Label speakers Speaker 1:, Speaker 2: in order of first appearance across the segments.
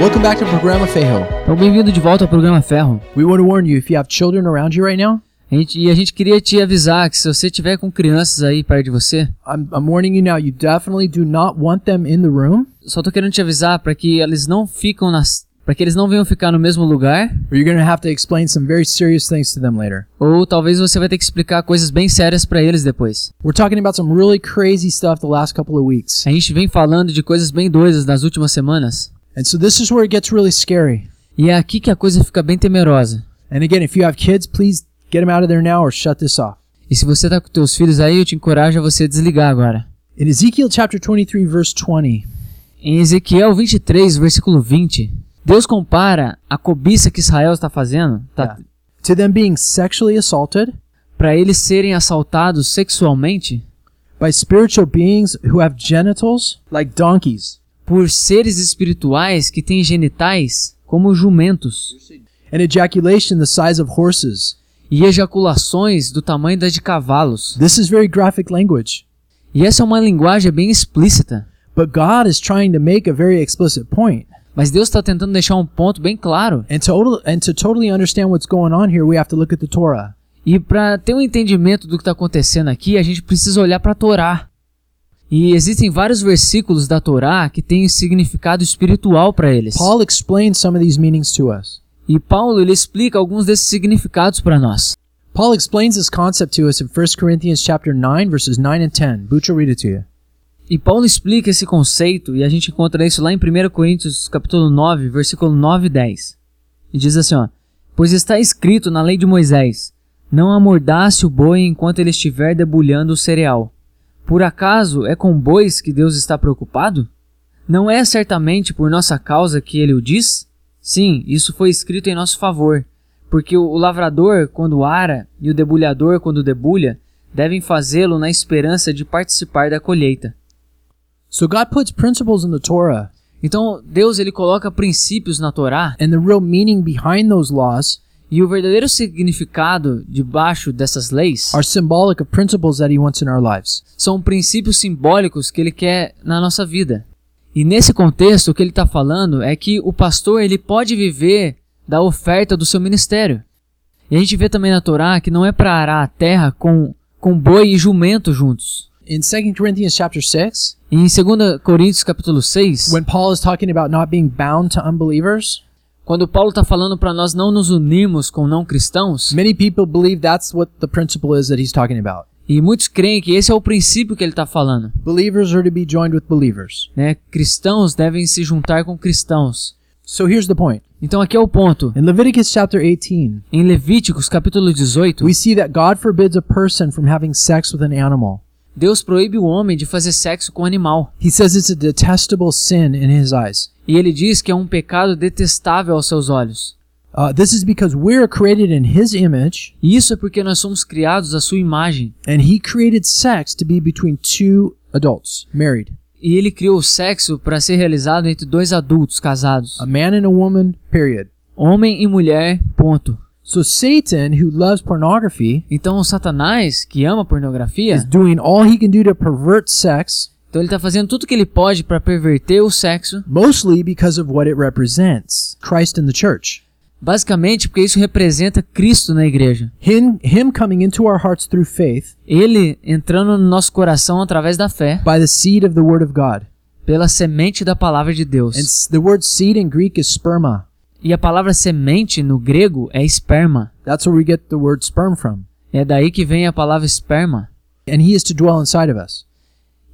Speaker 1: Welcome back to Programa Ferro.
Speaker 2: Então, bem-vindo de volta ao programa Ferro.
Speaker 1: We want to warn you if you have children around you right now,
Speaker 2: A gente- e a gente queria te avisar que se você tiver com crianças aí perto de você,
Speaker 1: I'm, I'm warning you now, you definitely do not want them in the room
Speaker 2: só tô querendo te avisar para que eles não ficam nas para que eles não venham ficar no mesmo lugar,
Speaker 1: or you're going to have to explain some very serious things to them later.
Speaker 2: ou talvez você vai ter que explicar coisas bem sérias para eles depois.
Speaker 1: We're talking about some really crazy stuff the last couple of weeks.
Speaker 2: A gente vem falando de coisas bem doidas nas últimas semanas,
Speaker 1: And so this is where it gets really scary.
Speaker 2: e é aqui que a coisa fica bem temerosa.
Speaker 1: And again, if you have kids, please get them out of there now or shut this off.
Speaker 2: E se você tá com teus filhos aí, eu te encorajo a você desligar agora.
Speaker 1: In Ezekiel chapter 23 verse 20,
Speaker 2: Em Ezequiel 23, versículo 20, Deus compara a cobiça que Israel está fazendo, tá,
Speaker 1: to them being sexually assaulted
Speaker 2: para eles serem assaltados sexualmente
Speaker 1: by spiritual beings who have genitals like donkeys.
Speaker 2: por seres espirituais que têm genitais como jumentos
Speaker 1: and ejaculation the size of horses.
Speaker 2: e ejaculações do tamanho das de cavalos.
Speaker 1: This is very graphic language.
Speaker 2: E essa é uma linguagem bem explícita,
Speaker 1: But God is trying to make a very explicit point.
Speaker 2: mas Deus está tentando deixar um ponto bem claro.
Speaker 1: And to, total, and to totally understand what's going on here, we have to look at the Torah.
Speaker 2: E para ter um entendimento do que está acontecendo aqui, a gente precisa olhar para a Torá. E existem vários versículos da Torá que têm significado espiritual para eles.
Speaker 1: Paul explains some of these meanings to us.
Speaker 2: E Paulo ele explica alguns desses significados para nós.
Speaker 1: Paul explains this concept to us in 1 Corinthians chapter 9 verses 9 and 10. Butch will read it to you.
Speaker 2: E Paulo explica esse conceito, e a gente encontra isso lá em 1 Coríntios capítulo 9, versículo 9 e 10. E diz assim, ó, Pois está escrito na lei de Moisés, não amordace o boi enquanto ele estiver debulhando o cereal. Por acaso é com bois que Deus está preocupado? Não é certamente por nossa causa que ele o diz? Sim, isso foi escrito em nosso favor, porque o lavrador, quando ara, e o debulhador, quando debulha, devem fazê-lo na esperança de participar da colheita.
Speaker 1: So God puts principles in the Torah
Speaker 2: Então, Deus ele coloca princípios na Torá
Speaker 1: and the real meaning behind those laws
Speaker 2: e o verdadeiro significado debaixo dessas leis
Speaker 1: are symbolic of principles that he wants in our lives.
Speaker 2: são princípios simbólicos que ele quer na nossa vida. E nesse contexto, o que ele está falando é que o pastor ele pode viver da oferta do seu ministério. E a gente vê também na Torá que não é para arar a terra com, com boi e jumento juntos.
Speaker 1: In 2 Corinthians chapter 6,
Speaker 2: E em 2 Coríntios capítulo 6,
Speaker 1: when Paul is talking about not being bound to unbelievers,
Speaker 2: quando Paulo está falando para nós não nos unirmos com não cristãos,
Speaker 1: Many people believe that's what the principle is that he's talking about.
Speaker 2: E muitos creem que esse é o princípio que ele está falando.
Speaker 1: Believers are to be joined with believers.
Speaker 2: Né? Cristãos devem se juntar com cristãos.
Speaker 1: So here's the point.
Speaker 2: Então aqui é o ponto.
Speaker 1: In Leviticus chapter 18,
Speaker 2: Em Levíticos capítulo 18,
Speaker 1: we see that God forbids a person from having sex with an animal.
Speaker 2: Deus proíbe o homem de fazer sexo com animal.
Speaker 1: He says it's a detestable sin in his eyes.
Speaker 2: E ele diz que é um pecado detestável aos seus olhos.
Speaker 1: Uh, this is because we're created in his image,
Speaker 2: E isso é porque nós somos criados à sua imagem.
Speaker 1: and he created sex to be between two adults, married,
Speaker 2: E ele criou o sexo para ser realizado entre dois adultos casados.
Speaker 1: a man and a woman, period.
Speaker 2: Homem e mulher, ponto.
Speaker 1: So Satan, who loves pornography,
Speaker 2: Então Satanás, que ama pornografia,
Speaker 1: is doing all he can do to pervert sex,
Speaker 2: então ele está fazendo tudo o que ele pode para perverter o sexo.
Speaker 1: mostly because of what it represents Christ and the church.
Speaker 2: Basicamente, porque isso representa Cristo na igreja.
Speaker 1: Him, him coming into our hearts through faith
Speaker 2: Ele entrando no nosso coração através da fé,
Speaker 1: by the seed of the Word of God.
Speaker 2: pela semente da palavra de Deus.
Speaker 1: And s- the word seed in Greek is sperma.
Speaker 2: E a palavra semente no grego é esperma.
Speaker 1: That's where we get the word sperm from.
Speaker 2: É daí que vem a palavra esperma.
Speaker 1: And He is to dwell inside of us.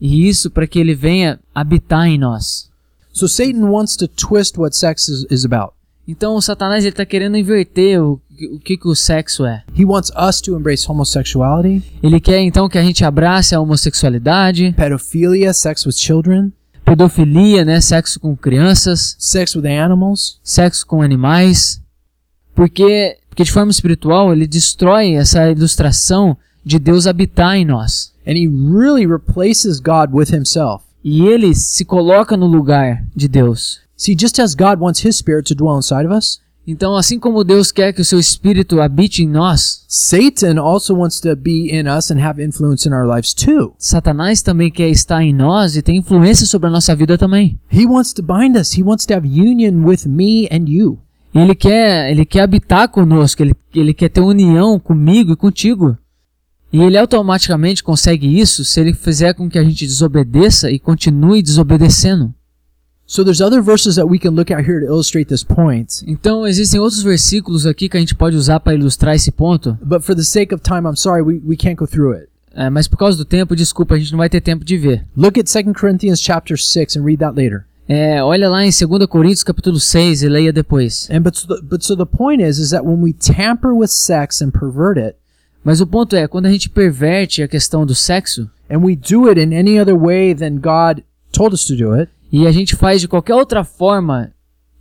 Speaker 2: E isso para que ele venha habitar em nós.
Speaker 1: So Satan wants to twist what sex is, is about.
Speaker 2: Então o Satanás está querendo inverter o, o que, que o sexo é.
Speaker 1: He wants us to embrace homosexuality,
Speaker 2: Ele quer então que a gente abrace a homossexualidade,
Speaker 1: pedophilia, sex with children,
Speaker 2: pedofilia, né, sexo com crianças,
Speaker 1: sex with animals.
Speaker 2: sexo com animais, porque, porque de forma espiritual ele destrói essa ilustração de Deus habitar em nós.
Speaker 1: And He really replaces God with Himself.
Speaker 2: E ele se coloca no lugar de Deus.
Speaker 1: See, just as God wants His Spirit to dwell inside of us,
Speaker 2: Então, assim como Deus quer que o seu espírito habite em nós,
Speaker 1: Satan also wants to be in us and have influence in our lives too.
Speaker 2: Satanás também quer estar em nós e tem influência sobre a nossa vida também.
Speaker 1: He wants to bind us. He wants to have union with me and you.
Speaker 2: Ele quer, ele quer habitar conosco, ele, ele quer ter união comigo e contigo. E ele automaticamente consegue isso se ele fizer com que a gente desobedeça e continue desobedecendo.
Speaker 1: So there's other verses that we can look at here to illustrate this point.
Speaker 2: Então existem outros versículos aqui que a gente pode usar para ilustrar esse ponto,
Speaker 1: But for the sake of time, I'm sorry, we, we can't go through it.
Speaker 2: é, mas por causa do tempo, desculpa, a gente não vai ter tempo de ver.
Speaker 1: Look at 2 Corinthians chapter 6 and read that later.
Speaker 2: É, olha lá em 2 Coríntios capítulo 6 e leia depois.
Speaker 1: And but so the, but so the point is is that when we tamper with sex and pervert it,
Speaker 2: Mas o ponto é, quando a gente perverte a questão do sexo
Speaker 1: and we do it in any other way than God told us to do it,
Speaker 2: e a gente faz de qualquer outra forma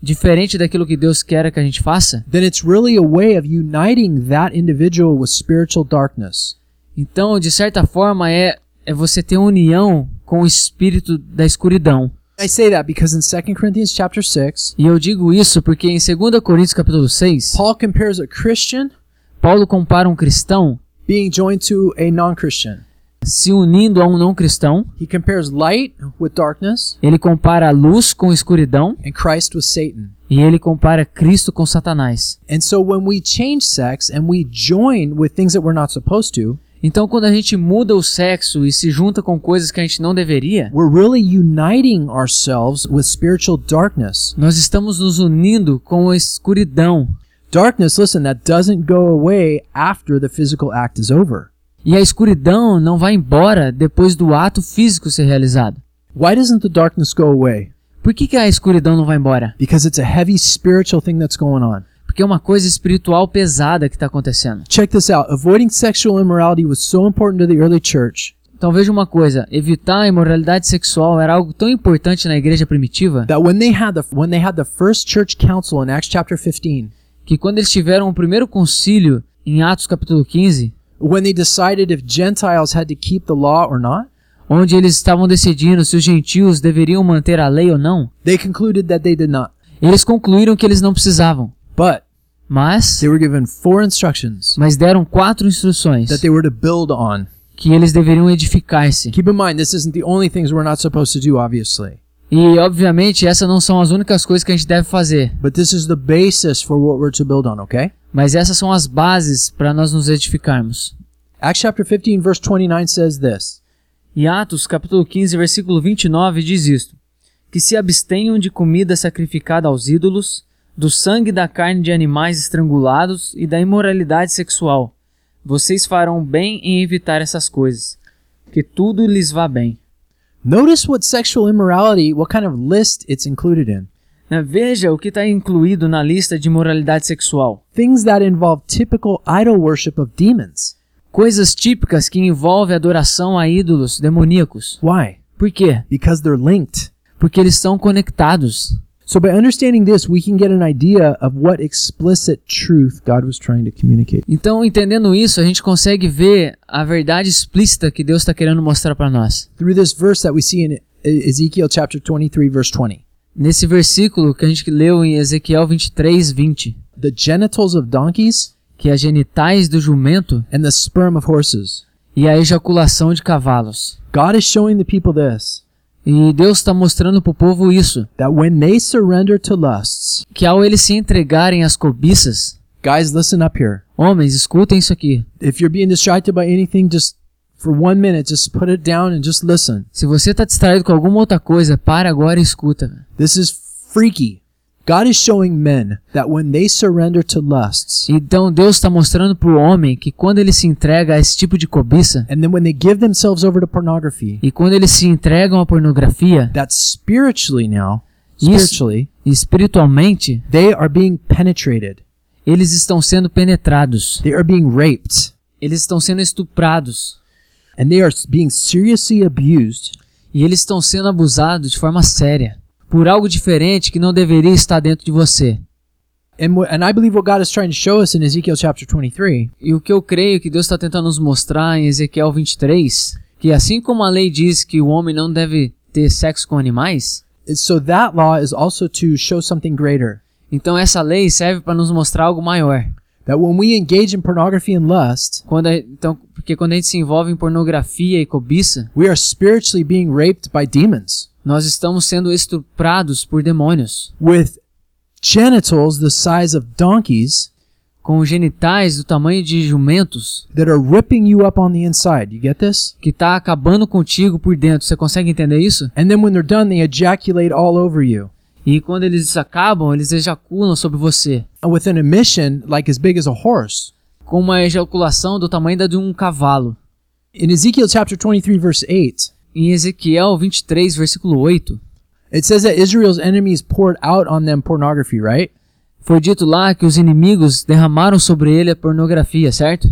Speaker 2: diferente daquilo que Deus quer que a gente faça,
Speaker 1: then it's really a way of uniting that individual with spiritual darkness.
Speaker 2: então de certa forma é é você ter união com o espírito da escuridão.
Speaker 1: I say that because in 2 Corinthians chapter 6,
Speaker 2: E eu digo isso porque em 2 Coríntios capítulo 6,
Speaker 1: Paul compares a Christian
Speaker 2: Paulo compara um cristão
Speaker 1: being joined to a non-Christian.
Speaker 2: se unindo a um não cristão,
Speaker 1: He compares light with darkness
Speaker 2: ele compara a luz com escuridão
Speaker 1: and Christ with Satan.
Speaker 2: e ele compara Cristo com Satanás.
Speaker 1: And so when we change sex and we join with things that we're not supposed to,
Speaker 2: Então quando a gente muda o sexo e se junta com coisas que a gente não deveria,
Speaker 1: we're really uniting ourselves with spiritual darkness.
Speaker 2: nós estamos nos unindo com a escuridão.
Speaker 1: Darkness, listen, that doesn't go away after the physical act is over.
Speaker 2: E a escuridão não vai embora depois do ato físico ser realizado.
Speaker 1: Why doesn't the darkness go away?
Speaker 2: Por que, que a escuridão não vai embora?
Speaker 1: Because it's a heavy spiritual thing that's going on.
Speaker 2: Porque é uma coisa espiritual pesada que está acontecendo.
Speaker 1: Check this out. Avoiding sexual immorality was so important to the early church
Speaker 2: Então veja uma coisa, evitar a imoralidade sexual era algo tão importante na igreja primitiva
Speaker 1: that when they had the when they had the first church council in Acts chapter 15,
Speaker 2: que quando eles tiveram o primeiro concílio em Atos capítulo 15,
Speaker 1: when they decided if Gentiles had to keep the law or not,
Speaker 2: onde eles estavam decidindo se os gentios deveriam manter a lei ou não,
Speaker 1: they concluded that they did not.
Speaker 2: eles concluíram que eles não precisavam.
Speaker 1: But
Speaker 2: Mas,
Speaker 1: they were given four instructions
Speaker 2: mas deram quatro instruções
Speaker 1: that they were to build on.
Speaker 2: que eles deveriam edificar-se.
Speaker 1: Keep in mind, this isn't the only things we're not supposed to do, obviously,
Speaker 2: E obviamente essas não são as únicas coisas que a gente deve fazer,
Speaker 1: but this is the basis for what we're to build on, okay?
Speaker 2: mas essas são as bases para nós nos edificarmos.
Speaker 1: Acts chapter 15, verse 29 says this
Speaker 2: E Atos capítulo 15, versículo 29 diz isto: que se abstenham de comida sacrificada aos ídolos, do sangue e da carne de animais estrangulados e da imoralidade sexual. Vocês farão bem em evitar essas coisas, que tudo lhes vá bem.
Speaker 1: Notice what sexual immorality, what kind of list it's included in.
Speaker 2: Né, Veja o que está incluído na lista de imoralidade sexual.
Speaker 1: Things that involve typical idol worship of demons.
Speaker 2: Coisas típicas que envolvem adoração a ídolos demoníacos.
Speaker 1: Why?
Speaker 2: Por quê?
Speaker 1: Because they're linked.
Speaker 2: Porque eles são conectados.
Speaker 1: So, by understanding this, we can get an idea of what explicit truth God was trying to communicate.
Speaker 2: Então, entendendo isso, a gente consegue ver a verdade explícita que Deus está querendo mostrar para nós.
Speaker 1: through this verse that we see in E- Ezekiel chapter 23, verse 20.
Speaker 2: Nesse versículo que a gente leu em Ezequiel 23, 20,
Speaker 1: The genitals of donkeys
Speaker 2: que é genitais do jumento
Speaker 1: and the sperm of horses.
Speaker 2: e a ejaculação de cavalos.
Speaker 1: God is showing the people this
Speaker 2: E Deus está mostrando para o povo isso,
Speaker 1: that when they surrender to lusts,
Speaker 2: que ao eles se entregarem às cobiças,
Speaker 1: guys, listen up here.
Speaker 2: homens, escutem isso aqui.
Speaker 1: If you're being distracted by anything, just for one minute, just put it down and just listen.
Speaker 2: Se você está distraído com alguma outra coisa, para agora e escuta.
Speaker 1: This is freaky. God is showing men that when they surrender to lusts,
Speaker 2: Então Deus está mostrando para o homem que quando ele se entrega a esse tipo de cobiça
Speaker 1: and then when they give themselves over to pornography,
Speaker 2: e quando eles se entregam à pornografia,
Speaker 1: that spiritually now,
Speaker 2: Yes.
Speaker 1: spiritually,
Speaker 2: espiritualmente,
Speaker 1: they are being penetrated.
Speaker 2: eles estão sendo penetrados,
Speaker 1: They are being raped.
Speaker 2: eles estão sendo estuprados
Speaker 1: and they are being seriously abused
Speaker 2: e eles estão sendo abusados de forma séria por algo diferente que não deveria estar dentro de você.
Speaker 1: and wh- and I believe what God is trying to show us in Ezekiel chapter 23
Speaker 2: E o que eu creio que Deus está tentando nos mostrar em Ezequiel 23, que assim como a lei diz que o homem não deve ter sexo com animais,
Speaker 1: is so that law is also to show something greater
Speaker 2: Então essa lei serve para nos mostrar algo maior.
Speaker 1: That when we engage in pornography and lust,
Speaker 2: Quando a- então, porque quando a gente se envolve em pornografia e cobiça,
Speaker 1: we are spiritually being raped by demons
Speaker 2: nós estamos sendo estuprados por demônios,
Speaker 1: with genitals the size of donkeys
Speaker 2: com genitais do tamanho de jumentos
Speaker 1: that are ripping you up on the inside. You get this?
Speaker 2: que tá acabando contigo por dentro. Você consegue entender isso?
Speaker 1: And then when they're done, they ejaculate all over you.
Speaker 2: E quando eles acabam, eles ejaculam sobre você,
Speaker 1: And with an emission like as big as a horse.
Speaker 2: com uma ejaculação do tamanho da de um cavalo.
Speaker 1: In Ezekiel chapter 23, verse 8,
Speaker 2: Em Ezequiel 23, versículo 8,
Speaker 1: it says that Israel's enemies poured out on them pornography, right?
Speaker 2: foi dito lá que os inimigos derramaram sobre ele a pornografia, certo?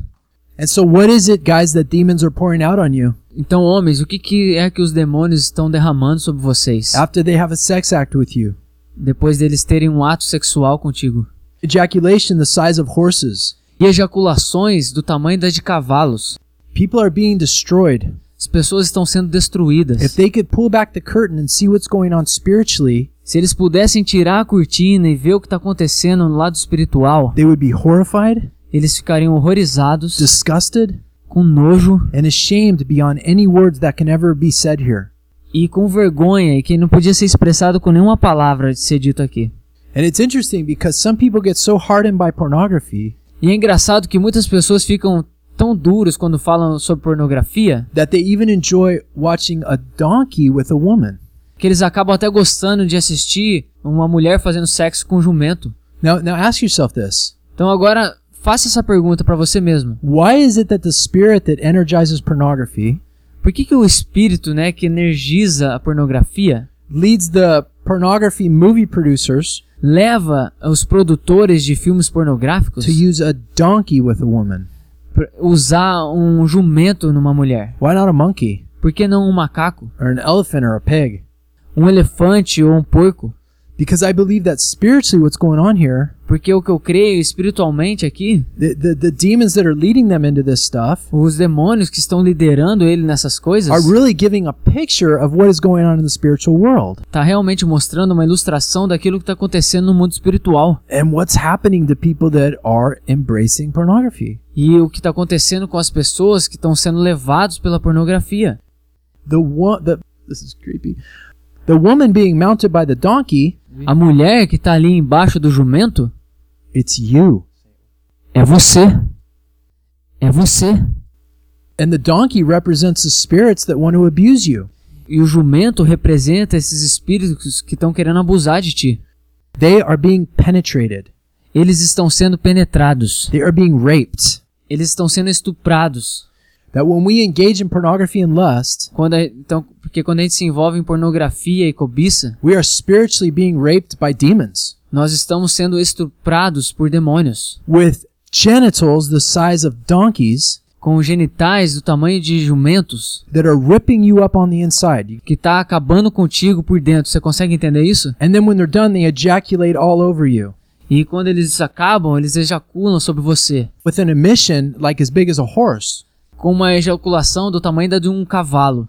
Speaker 1: And so, what is it, guys, that demons are pouring out on you
Speaker 2: Então, homens, o que, que é que os demônios estão derramando sobre vocês
Speaker 1: after they have a sex act with you?
Speaker 2: depois deles terem um ato sexual contigo?
Speaker 1: Ejaculation the size of horses.
Speaker 2: E ejaculações do tamanho das de cavalos.
Speaker 1: People are being destroyed.
Speaker 2: As pessoas estão sendo
Speaker 1: If
Speaker 2: destruídas.
Speaker 1: they could pull back the curtain and see what's going on spiritually,
Speaker 2: Se eles pudessem tirar a cortina e ver o que está acontecendo no lado espiritual,
Speaker 1: they would be horrified,
Speaker 2: eles ficariam horrorizados,
Speaker 1: disgusted,
Speaker 2: com nojo
Speaker 1: and ashamed beyond any words that can ever be said here.
Speaker 2: e com vergonha, e que não podia ser expressado com nenhuma palavra de ser dito aqui.
Speaker 1: And it's interesting because some people get so hardened by pornography
Speaker 2: E é engraçado que muitas pessoas ficam tão duras quando falam sobre pornografia
Speaker 1: that they even enjoy watching a donkey with a woman.
Speaker 2: que eles acabam até gostando de assistir uma mulher fazendo sexo com um jumento.
Speaker 1: Now, now ask yourself this.
Speaker 2: Então agora faça essa pergunta para você mesmo.
Speaker 1: Why is it that the spirit that energizes pornography
Speaker 2: Por que, que o espírito, né, que energiza a pornografia,
Speaker 1: leads the pornography movie producers
Speaker 2: leva os produtores de filmes pornográficos
Speaker 1: to use a donkey with a woman?
Speaker 2: pra usar um jumento numa mulher?
Speaker 1: Why not a monkey
Speaker 2: Por que não um macaco,
Speaker 1: or an elephant or a pig?
Speaker 2: um elefante ou um porco?
Speaker 1: Because I believe that spiritually what's going on here,
Speaker 2: Porque o que eu creio espiritualmente aqui,
Speaker 1: the, the, the demons that are leading them into this stuff
Speaker 2: os demônios que estão liderando ele nessas coisas,
Speaker 1: are really giving a picture of what is going on in the spiritual world
Speaker 2: tá realmente mostrando uma ilustração daquilo que está acontecendo no mundo espiritual
Speaker 1: and what's happening to people that are embracing pornography.
Speaker 2: e o que está acontecendo com as pessoas que estão sendo levados pela pornografia.
Speaker 1: The one the this is creepy. The woman being mounted by the donkey,
Speaker 2: A mulher que está ali embaixo do jumento
Speaker 1: it's you.
Speaker 2: é você. É você.
Speaker 1: And the donkey represents the spirits that want to abuse you.
Speaker 2: E o jumento representa esses espíritos que estão querendo abusar de ti.
Speaker 1: They are being penetrated.
Speaker 2: Eles estão sendo penetrados.
Speaker 1: They are being raped.
Speaker 2: Eles estão sendo estuprados.
Speaker 1: That when we engage in pornography and lust,
Speaker 2: Quando a- então, porque quando a gente se envolve em pornografia e cobiça,
Speaker 1: we are spiritually being raped by demons
Speaker 2: nós estamos sendo estuprados por demônios,
Speaker 1: with genitals the size of donkeys
Speaker 2: com genitais do tamanho de jumentos
Speaker 1: that are ripping you up on the inside.
Speaker 2: que tá acabando contigo por dentro. Você consegue entender isso?
Speaker 1: And then when they're done, they ejaculate all over you
Speaker 2: E quando eles acabam, eles ejaculam sobre você,
Speaker 1: with an emission like as big as a horse.
Speaker 2: com uma ejaculação do tamanho da de um cavalo.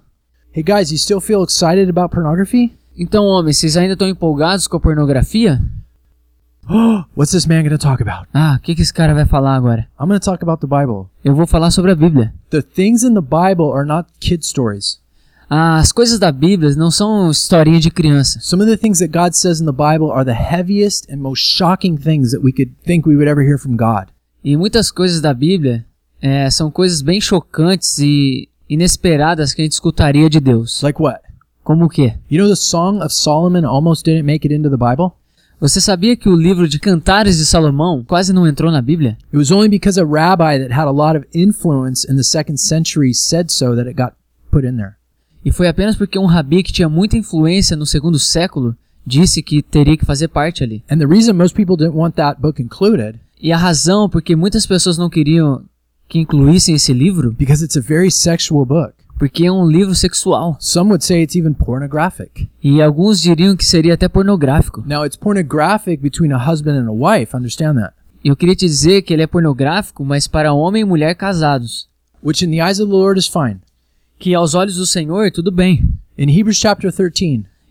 Speaker 1: Hey guys, you still feel excited about pornography?
Speaker 2: Então, homens, vocês ainda estão empolgados com a pornografia?
Speaker 1: What's this man going to talk about?
Speaker 2: Ah, o que, que esse cara vai falar agora?
Speaker 1: I'm going to talk about the Bible.
Speaker 2: Eu vou falar sobre a Bíblia.
Speaker 1: The things in the Bible are not kid stories.
Speaker 2: Ah, as coisas da Bíblia não são historinha de criança.
Speaker 1: Some of the things that God says in the Bible are the heaviest and most shocking things that we could think we would ever hear from God.
Speaker 2: E muitas coisas da Bíblia eh, são coisas bem chocantes e inesperadas que a gente escutaria de Deus.
Speaker 1: It's like what?
Speaker 2: Como o quê?
Speaker 1: You know the Song of Solomon almost didn't make it into the Bible?
Speaker 2: Você sabia que o livro de Cantares de Salomão quase não entrou na Bíblia?
Speaker 1: It was only because a rabbi that had a lot of influence in the second century said so that it got put in there.
Speaker 2: E foi apenas porque um rabi que tinha muita influência no segundo século disse que teria que fazer parte ali.
Speaker 1: And the reason most people didn't want that book included
Speaker 2: E a razão porque muitas pessoas não queriam que incluíssem esse livro,
Speaker 1: because it's a very sexual book.
Speaker 2: porque é um livro sexual.
Speaker 1: Some would say it's even pornographic.
Speaker 2: E alguns diriam que seria até pornográfico.
Speaker 1: Now, it's pornographic between a husband and a wife, understand that,
Speaker 2: E eu queria te dizer que ele é pornográfico, mas para homem e mulher casados.
Speaker 1: which in the eyes of the Lord is fine.
Speaker 2: Que aos olhos do Senhor, tudo bem.
Speaker 1: In Hebrews chapter 13,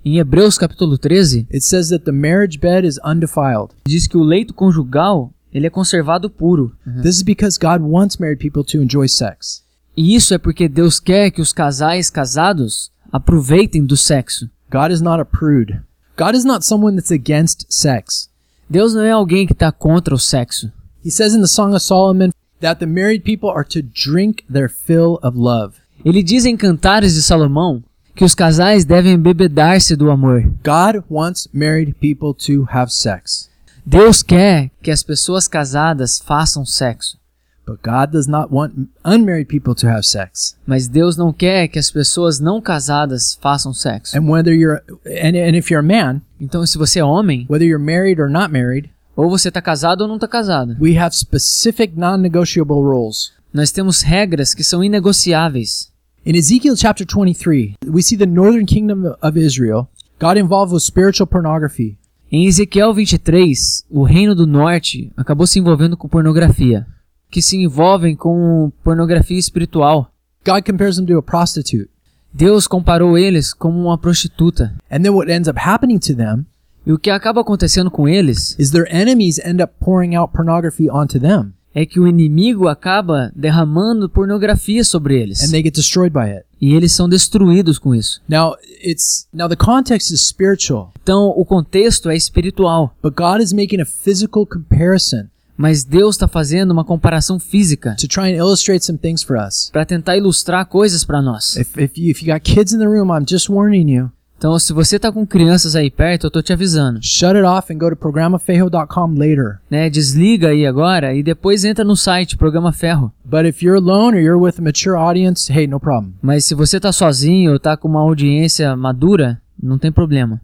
Speaker 2: Em Em Hebreus capítulo 13,
Speaker 1: It says that the marriage bed is undefiled.
Speaker 2: diz que o leito conjugal, ele é conservado puro.
Speaker 1: This is because God wants married people to enjoy sex.
Speaker 2: E isso é porque Deus quer que os casais casados aproveitem do sexo.
Speaker 1: God is not a prude. God is not someone that's against sex.
Speaker 2: Deus não é alguém que está contra o sexo.
Speaker 1: He says in the Song of Solomon that the married people are to drink their fill of love.
Speaker 2: Ele diz em Cantares de Salomão que os casais devem bebedar-se do amor.
Speaker 1: God wants married people to have sex,
Speaker 2: Deus quer que as pessoas casadas façam sexo,
Speaker 1: but God does not want unmarried people to have sex.
Speaker 2: mas Deus não quer que as pessoas não casadas façam sexo.
Speaker 1: And whether you're and, and if you're a man,
Speaker 2: Então, se você é homem,
Speaker 1: whether you're married or not married,
Speaker 2: ou você está casado ou não está casado,
Speaker 1: we have specific non-negotiable rules.
Speaker 2: nós temos regras que são inegociáveis.
Speaker 1: In Ezekiel chapter 23, we see the northern kingdom of Israel got involved with spiritual pornography.
Speaker 2: Em Ezequiel 23, o reino do norte acabou se envolvendo com pornografia, que se envolvem com pornografia espiritual.
Speaker 1: God compares them to a prostitute.
Speaker 2: Deus comparou eles como uma prostituta.
Speaker 1: And then what ends up happening to them
Speaker 2: E o que acaba acontecendo com eles
Speaker 1: is their enemies end up pouring out pornography onto them
Speaker 2: é que o inimigo acaba derramando pornografia sobre eles.
Speaker 1: and they get destroyed by it.
Speaker 2: E eles são destruídos com isso.
Speaker 1: Now, it's now the context is spiritual,
Speaker 2: Então, o contexto é espiritual,
Speaker 1: but God is making a physical comparison
Speaker 2: mas Deus está fazendo uma comparação física
Speaker 1: to try and illustrate some things for us.
Speaker 2: para tentar ilustrar coisas para nós.
Speaker 1: If, if you if you got kids in the room, I'm just warning you.
Speaker 2: Então, se você tá com crianças aí perto, eu tô te avisando.
Speaker 1: Shut it off and go to programafejo.com later.
Speaker 2: né? Desliga aí agora e depois entra no site Programa Ferro.
Speaker 1: But if you're alone or you're with a mature audience, hey, no problem.
Speaker 2: Mas se você tá sozinho ou tá com uma audiência madura, não tem problema.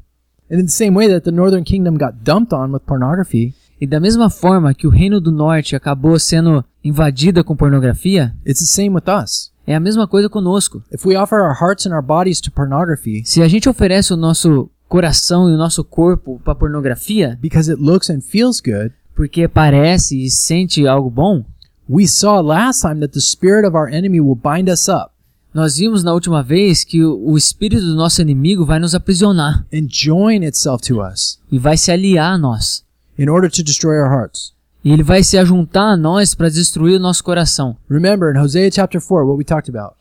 Speaker 1: And in the same way that the Northern Kingdom got dumped on with pornography,
Speaker 2: E da mesma forma que o Reino do Norte acabou sendo invadida com pornografia,
Speaker 1: it's the same with us.
Speaker 2: é a mesma coisa conosco.
Speaker 1: If we offer our hearts and our bodies to pornography
Speaker 2: Se a gente oferece o nosso coração e o nosso corpo para pornografia,
Speaker 1: because it looks and feels good,
Speaker 2: porque parece e sente algo bom,
Speaker 1: we saw last time that the spirit of our enemy will bind us up
Speaker 2: nós vimos na última vez que o o espírito do nosso inimigo vai nos aprisionar
Speaker 1: and join itself to us
Speaker 2: e vai se aliar a nós.
Speaker 1: in order to destroy our hearts.
Speaker 2: E ele vai se ajuntar a nós para destruir o nosso coração.
Speaker 1: Remember in Hosea chapter 4 what we talked about.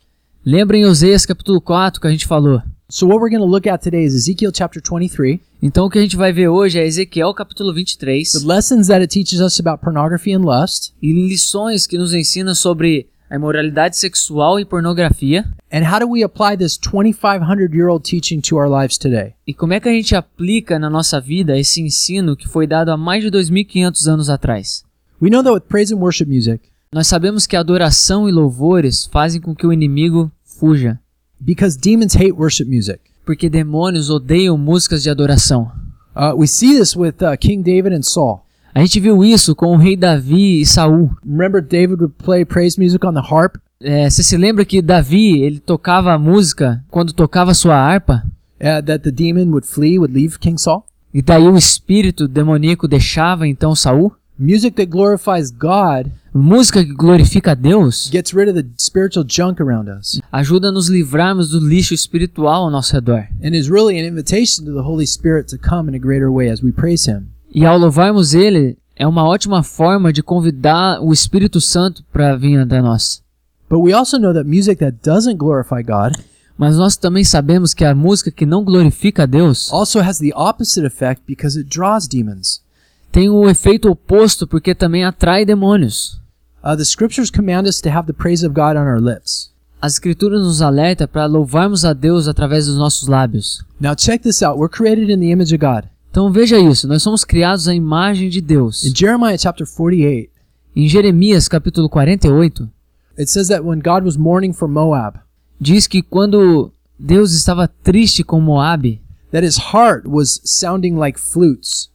Speaker 2: Lembra em Oseias capítulo 4 que a gente falou?
Speaker 1: So what we're going to look at today is Ezekiel chapter 23,
Speaker 2: Então o que a gente vai ver hoje é Ezequiel capítulo
Speaker 1: the
Speaker 2: 23
Speaker 1: lessons that it teaches us about pornography and lust,
Speaker 2: e lições que nos ensinam sobre a imoralidade sexual e pornografia
Speaker 1: And how do we apply this 2,500 year old teaching to our lives today?
Speaker 2: e como é que a gente aplica na nossa vida esse ensino que foi dado há mais de 2500 anos atrás.
Speaker 1: We know that with praise and worship music,
Speaker 2: Nós sabemos que adoração e louvores fazem com que o inimigo fuja,
Speaker 1: because demons hate worship music.
Speaker 2: porque demônios odeiam músicas de adoração.
Speaker 1: Uh, we see this with uh, King David and Saul.
Speaker 2: A gente viu isso com o rei Davi e Saul.
Speaker 1: Remember, David would play praise music on the harp,
Speaker 2: É, você se lembra que Davi, ele tocava a música quando tocava sua harpa?
Speaker 1: uh, that the demon would flee, would leave King Saul?
Speaker 2: E daí o espírito demoníaco deixava então Saul?
Speaker 1: Music that glorifies God
Speaker 2: Música que glorifica a Deus
Speaker 1: gets rid of the spiritual junk around us
Speaker 2: ajuda a nos livrarmos do lixo espiritual ao nosso redor.
Speaker 1: and is really an invitation to the Holy Spirit to come in a greater way as we praise Him.
Speaker 2: E ao louvarmos ele, é uma ótima forma de convidar o Espírito Santo para vir até nós.
Speaker 1: But we also know that music that doesn't glorify God
Speaker 2: Mas nós também sabemos que a música que não glorifica a Deus
Speaker 1: also has the opposite effect because it draws demons.
Speaker 2: tem o efeito oposto porque também atrai demônios.
Speaker 1: Uh, the scriptures command us to have the praise of God on our lips.
Speaker 2: As escrituras nos alerta para louvarmos a Deus através dos nossos lábios.
Speaker 1: Now, check this out. We're created in the image of God.
Speaker 2: Então veja isso, nós somos criados à imagem de
Speaker 1: In
Speaker 2: Deus.
Speaker 1: Jeremiah chapter 48,
Speaker 2: Em Jeremias capítulo 48,
Speaker 1: it says that when God was mourning for Moab,
Speaker 2: diz que quando Deus estava triste com Moabe,
Speaker 1: that his heart was sounding like flutes,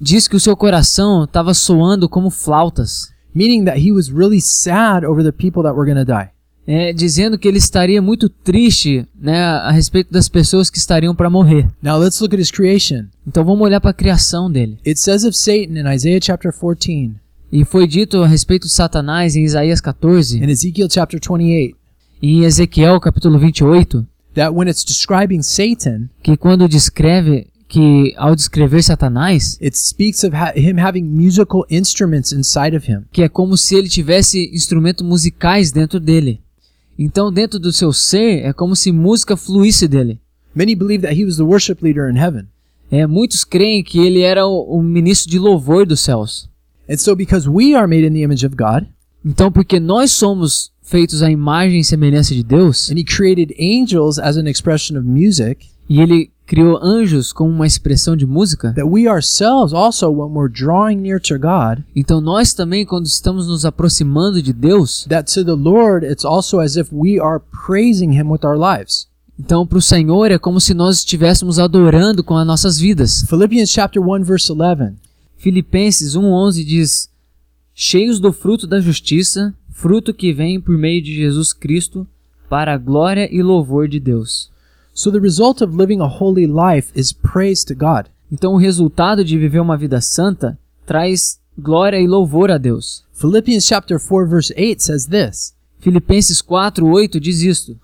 Speaker 2: diz que o seu coração estava soando como flautas,
Speaker 1: meaning that he was really sad over the people that were going to die.
Speaker 2: é, dizendo que ele estaria muito triste né, a respeito das pessoas que estariam para morrer.
Speaker 1: Now, let's look at his creation.
Speaker 2: Então vamos olhar para a criação dele.
Speaker 1: It says of Satan in Isaiah chapter 14
Speaker 2: E foi dito a respeito de Satanás em Isaías 14,
Speaker 1: and Ezekiel chapter 28
Speaker 2: e em Ezequiel capítulo 28,
Speaker 1: that when it's describing Satan,
Speaker 2: que quando descreve que ao descrever Satanás,
Speaker 1: it speaks of ha- him having musical instruments inside of him.
Speaker 2: que é como se ele tivesse instrumentos musicais dentro dele. Então, dentro do seu ser, é como se música fluísse dele.
Speaker 1: Many believe that he was the worship leader in heaven.
Speaker 2: É, muitos creem que ele era o, o ministro de louvor dos céus.
Speaker 1: And so, because we are made in the image of God,
Speaker 2: Então, porque nós somos feitos à imagem e semelhança de Deus,
Speaker 1: and he created angels as an expression of music,
Speaker 2: e ele criou anjos como uma expressão de música,
Speaker 1: that we ourselves also, when we're drawing near to God,
Speaker 2: então nós também, quando estamos nos aproximando de Deus,
Speaker 1: that to the Lord, it's also as if we are praising him with our lives.
Speaker 2: então para o Senhor é como se nós estivéssemos adorando com as nossas vidas.
Speaker 1: Philippians chapter 1, verse 11.
Speaker 2: Filipenses 1,11 diz: Cheios do fruto da justiça, fruto que vem por meio de Jesus Cristo, para a glória e louvor de Deus.
Speaker 1: So, the result of living a holy life is praise to God.
Speaker 2: Então, o resultado de viver uma vida santa traz glória e louvor a Deus.
Speaker 1: Philippians chapter 4, verse 8 says this
Speaker 2: Filipenses 4:8 diz isto: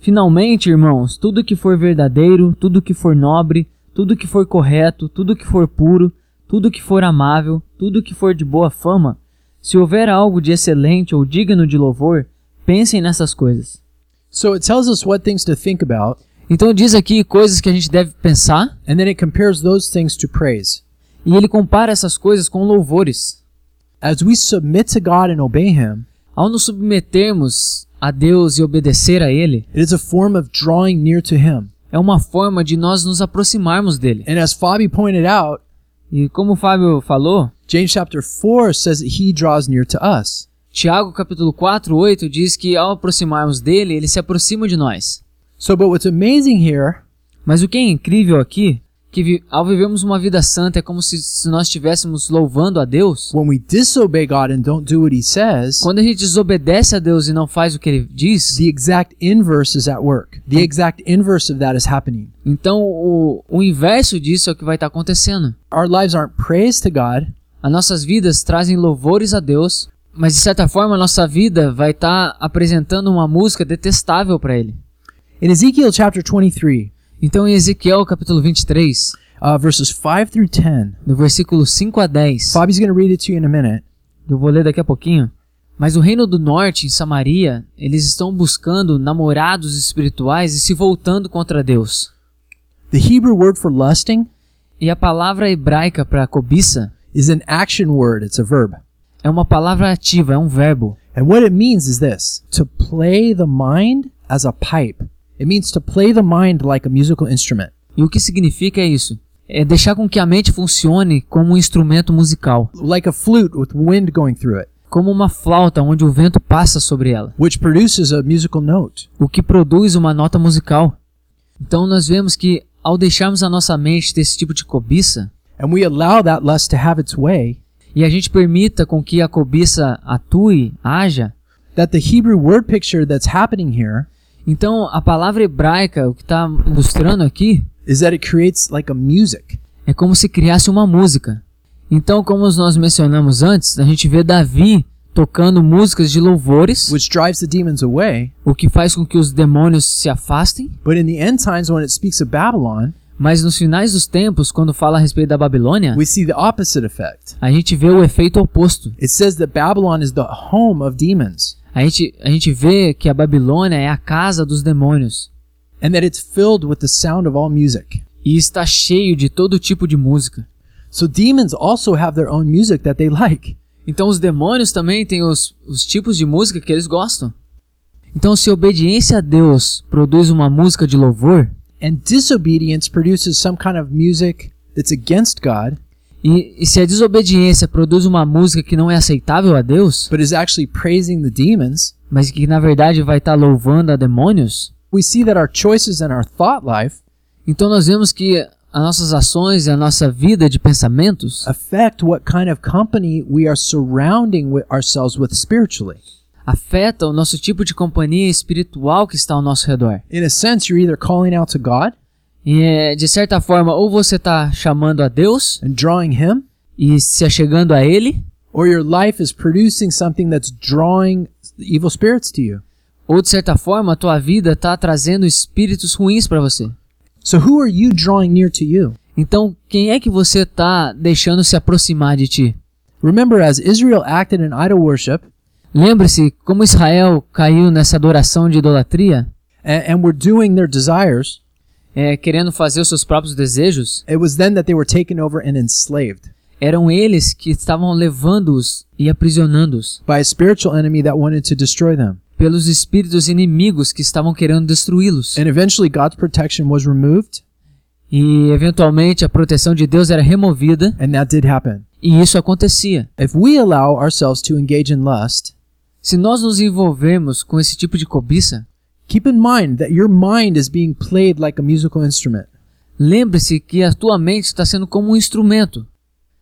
Speaker 2: Finalmente, irmãos, tudo que for verdadeiro, tudo que for nobre, tudo que for correto, tudo que for puro, tudo que for amável, tudo que for de boa fama, se houver algo de excelente ou digno de louvor, pensem nessas coisas.
Speaker 1: So, it tells us what things to think about,
Speaker 2: Então diz aqui coisas que a gente deve pensar,
Speaker 1: and then it compares those things to praise.
Speaker 2: e ele compara essas coisas com louvores.
Speaker 1: As we submit to God and obey Him,
Speaker 2: Ao nos submetermos a Deus e obedecer a ele,
Speaker 1: it is a form of drawing near to Him.
Speaker 2: é uma forma de nós nos aproximarmos dele.
Speaker 1: And as Fabi pointed out,
Speaker 2: E como o Fábio falou,
Speaker 1: James chapter 4 says that He draws near to us.
Speaker 2: Tiago capítulo 4, 8 diz que ao aproximarmos dele, ele se aproxima de nós.
Speaker 1: So, but what's amazing here
Speaker 2: Mas o que é incrível aqui, que vi- ao vivermos uma vida santa é como se, se nós estivéssemos louvando a Deus.
Speaker 1: when we disobey God and don't do what He says,
Speaker 2: Quando a gente desobedece a Deus e não faz o que ele diz,
Speaker 1: the exact inverse is at work. The exact inverse of that is happening.
Speaker 2: então o, o inverso disso é o que vai estar acontecendo.
Speaker 1: Our lives aren't praise to God,
Speaker 2: As nossas vidas trazem louvores a Deus, mas de certa forma a nossa vida vai estar apresentando uma música detestável para ele.
Speaker 1: In Ezekiel chapter 23,
Speaker 2: Então em Ezequiel capítulo 23,
Speaker 1: uh, verses 5 through 10,
Speaker 2: no versículo 5 a 10,
Speaker 1: Bobby's going to read it to you in a minute.
Speaker 2: Eu vou ler daqui a pouquinho. Mas o reino do norte, em Samaria, eles estão buscando namorados espirituais e se voltando contra Deus.
Speaker 1: The Hebrew word for lusting
Speaker 2: E a palavra hebraica para cobiça
Speaker 1: is an action word, it's a verb.
Speaker 2: é uma palavra ativa, é um verbo.
Speaker 1: And what it means is this to play the mind as a pipe. It means to play the mind like a musical instrument.
Speaker 2: E o que significa é isso? É deixar com que a mente funcione como um instrumento musical,
Speaker 1: like a flute with wind going through it,
Speaker 2: como uma flauta onde o vento passa sobre ela,
Speaker 1: which produces a musical note.
Speaker 2: o que produz uma nota musical. Então nós vemos que ao deixarmos a nossa mente ter esse tipo de cobiça,
Speaker 1: And we allow that lust to have its way,
Speaker 2: e a gente permita com que a cobiça atue, haja,
Speaker 1: that the Hebrew word picture that's happening here
Speaker 2: então a palavra hebraica, o que está ilustrando aqui,
Speaker 1: is that it creates like a music.
Speaker 2: é como se criasse uma música. Então, como nós mencionamos antes, a gente vê Davi tocando músicas de louvores,
Speaker 1: which drives the demons away.
Speaker 2: o que faz com que os demônios se afastem,
Speaker 1: But in the end times, when it speaks of Babylon,
Speaker 2: mas nos finais dos tempos, quando fala a respeito da Babilônia,
Speaker 1: we see the opposite effect.
Speaker 2: a gente vê o efeito oposto.
Speaker 1: It says that Babylon is the home of demons
Speaker 2: A gente, a gente vê que a Babilônia é a casa dos demônios
Speaker 1: and that it's filled with the sound of all music.
Speaker 2: e está cheio de todo tipo de música.
Speaker 1: So demons also have their own music that they like.
Speaker 2: Então os demônios também têm os, os tipos de música que eles gostam. Então se a obediência a Deus produz uma música de louvor
Speaker 1: And disobedience produces some kind of music that's against God,
Speaker 2: e, e se a desobediência produz uma música que não é aceitável a Deus,
Speaker 1: but is actually praising the demons.
Speaker 2: mas que na verdade vai estar louvando a demônios,
Speaker 1: We see that our choices and our thought life
Speaker 2: então nós vemos que as nossas ações e a nossa vida de pensamentos
Speaker 1: affect what kind of company we are surrounding with ourselves with spiritually.
Speaker 2: afetam o nosso tipo de companhia espiritual que está ao nosso redor.
Speaker 1: In a sense, you're either calling out to God
Speaker 2: E é, de certa forma, ou você está chamando a Deus
Speaker 1: and drawing Him,
Speaker 2: e se achegando a Ele,
Speaker 1: or your life is producing something that's drawing evil spirits to you.
Speaker 2: Ou de certa forma, a tua vida está trazendo espíritos ruins para você.
Speaker 1: So who are you drawing near to you?
Speaker 2: Então, quem é que você está deixando se aproximar de ti?
Speaker 1: Remember, as Israel acted in idol worship
Speaker 2: Lembre-se como Israel caiu nessa adoração de idolatria,
Speaker 1: and, and were doing their desires,
Speaker 2: é, querendo fazer os seus próprios desejos,
Speaker 1: it was then that they were taken over and enslaved
Speaker 2: eram eles que estavam levando-os e aprisionando-os
Speaker 1: by a spiritual enemy that wanted to destroy them.
Speaker 2: pelos espíritos inimigos que estavam querendo destruí-los.
Speaker 1: And eventually, God's protection was removed,
Speaker 2: E eventualmente a proteção de Deus era removida
Speaker 1: and that did happen.
Speaker 2: e isso acontecia.
Speaker 1: If we allow ourselves to engage in lust,
Speaker 2: Se nós nos envolvemos com esse tipo de cobiça,
Speaker 1: keep in mind that your mind is being played like a musical instrument.
Speaker 2: lembre-se que a tua mente está sendo como um instrumento.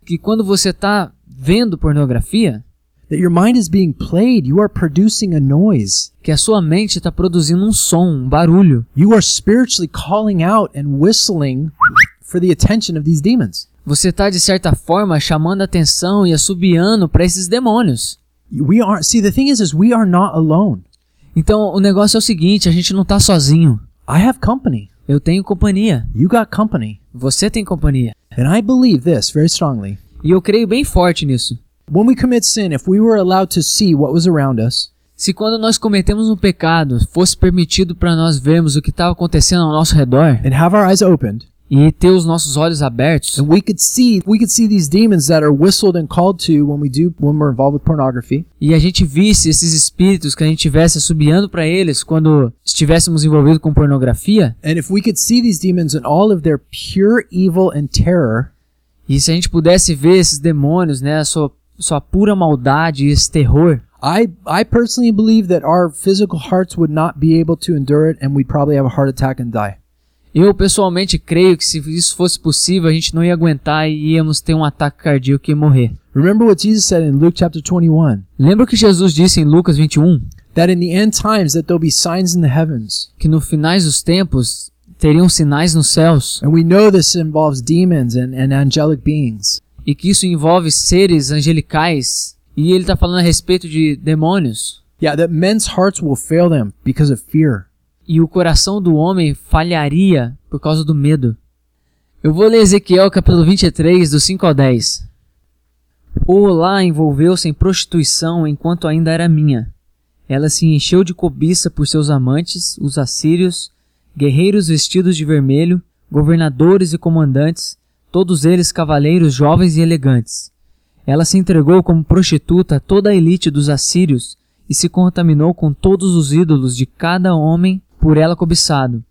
Speaker 2: Que quando você está vendo pornografia,
Speaker 1: That your mind is being played, you are producing a noise.
Speaker 2: que a sua mente está produzindo um som, um barulho.
Speaker 1: You are spiritually calling out and whistling for the attention of these demons.
Speaker 2: Você está, de certa forma, chamando a atenção e assobiando para esses demônios.
Speaker 1: We aren't. See, the thing is, is we are not alone.
Speaker 2: Então, o negócio é o seguinte, a gente não está sozinho.
Speaker 1: I have company.
Speaker 2: Eu tenho companhia.
Speaker 1: You got company.
Speaker 2: Você tem companhia.
Speaker 1: And I believe this very strongly.
Speaker 2: E eu creio bem forte nisso.
Speaker 1: When we commit sin, if we were allowed to see what was around us,
Speaker 2: Se quando nós cometemos um pecado, fosse permitido para nós vermos o que estava acontecendo ao nosso redor
Speaker 1: and have our eyes opened,
Speaker 2: e ter os nossos olhos abertos,
Speaker 1: and we could see we could see these demons that are whistled and called to when we do when we're involved with pornography,
Speaker 2: e a gente visse esses espíritos que a gente estivesse assobiando para eles quando estivéssemos envolvidos com pornografia,
Speaker 1: and if we could see these demons in all of their pure evil and terror,
Speaker 2: e se a gente pudesse ver esses demônios, né, a sua, sua pura maldade e esse terror,
Speaker 1: I I personally believe that our physical hearts would not be able to endure it, and we'd probably have a heart attack and die.
Speaker 2: eu pessoalmente creio que se isso fosse possível, a gente não ia aguentar e íamos ter um ataque cardíaco e morrer.
Speaker 1: Remember what Jesus said in Luke chapter 21
Speaker 2: Lembra que Jesus disse em Lucas 21
Speaker 1: that in the end times that there'll be signs in the heavens.
Speaker 2: que no finais dos tempos teriam sinais nos céus
Speaker 1: And we know this involves demons and, and angelic beings.
Speaker 2: e que isso envolve seres angelicais e ele está falando a respeito de demônios
Speaker 1: Yeah, that men's hearts will fail them because of fear.
Speaker 2: e o coração do homem falharia por causa do medo. Eu vou ler Ezequiel capítulo 23 do 5 ao 10. Olá envolveu-se em prostituição enquanto ainda era minha. Ela se encheu de cobiça por seus amantes, os assírios, guerreiros vestidos de vermelho, governadores e comandantes, todos eles cavaleiros jovens e elegantes. Ela se entregou como prostituta a toda a elite dos assírios e se contaminou com todos os ídolos de cada homem por ela cobiçado.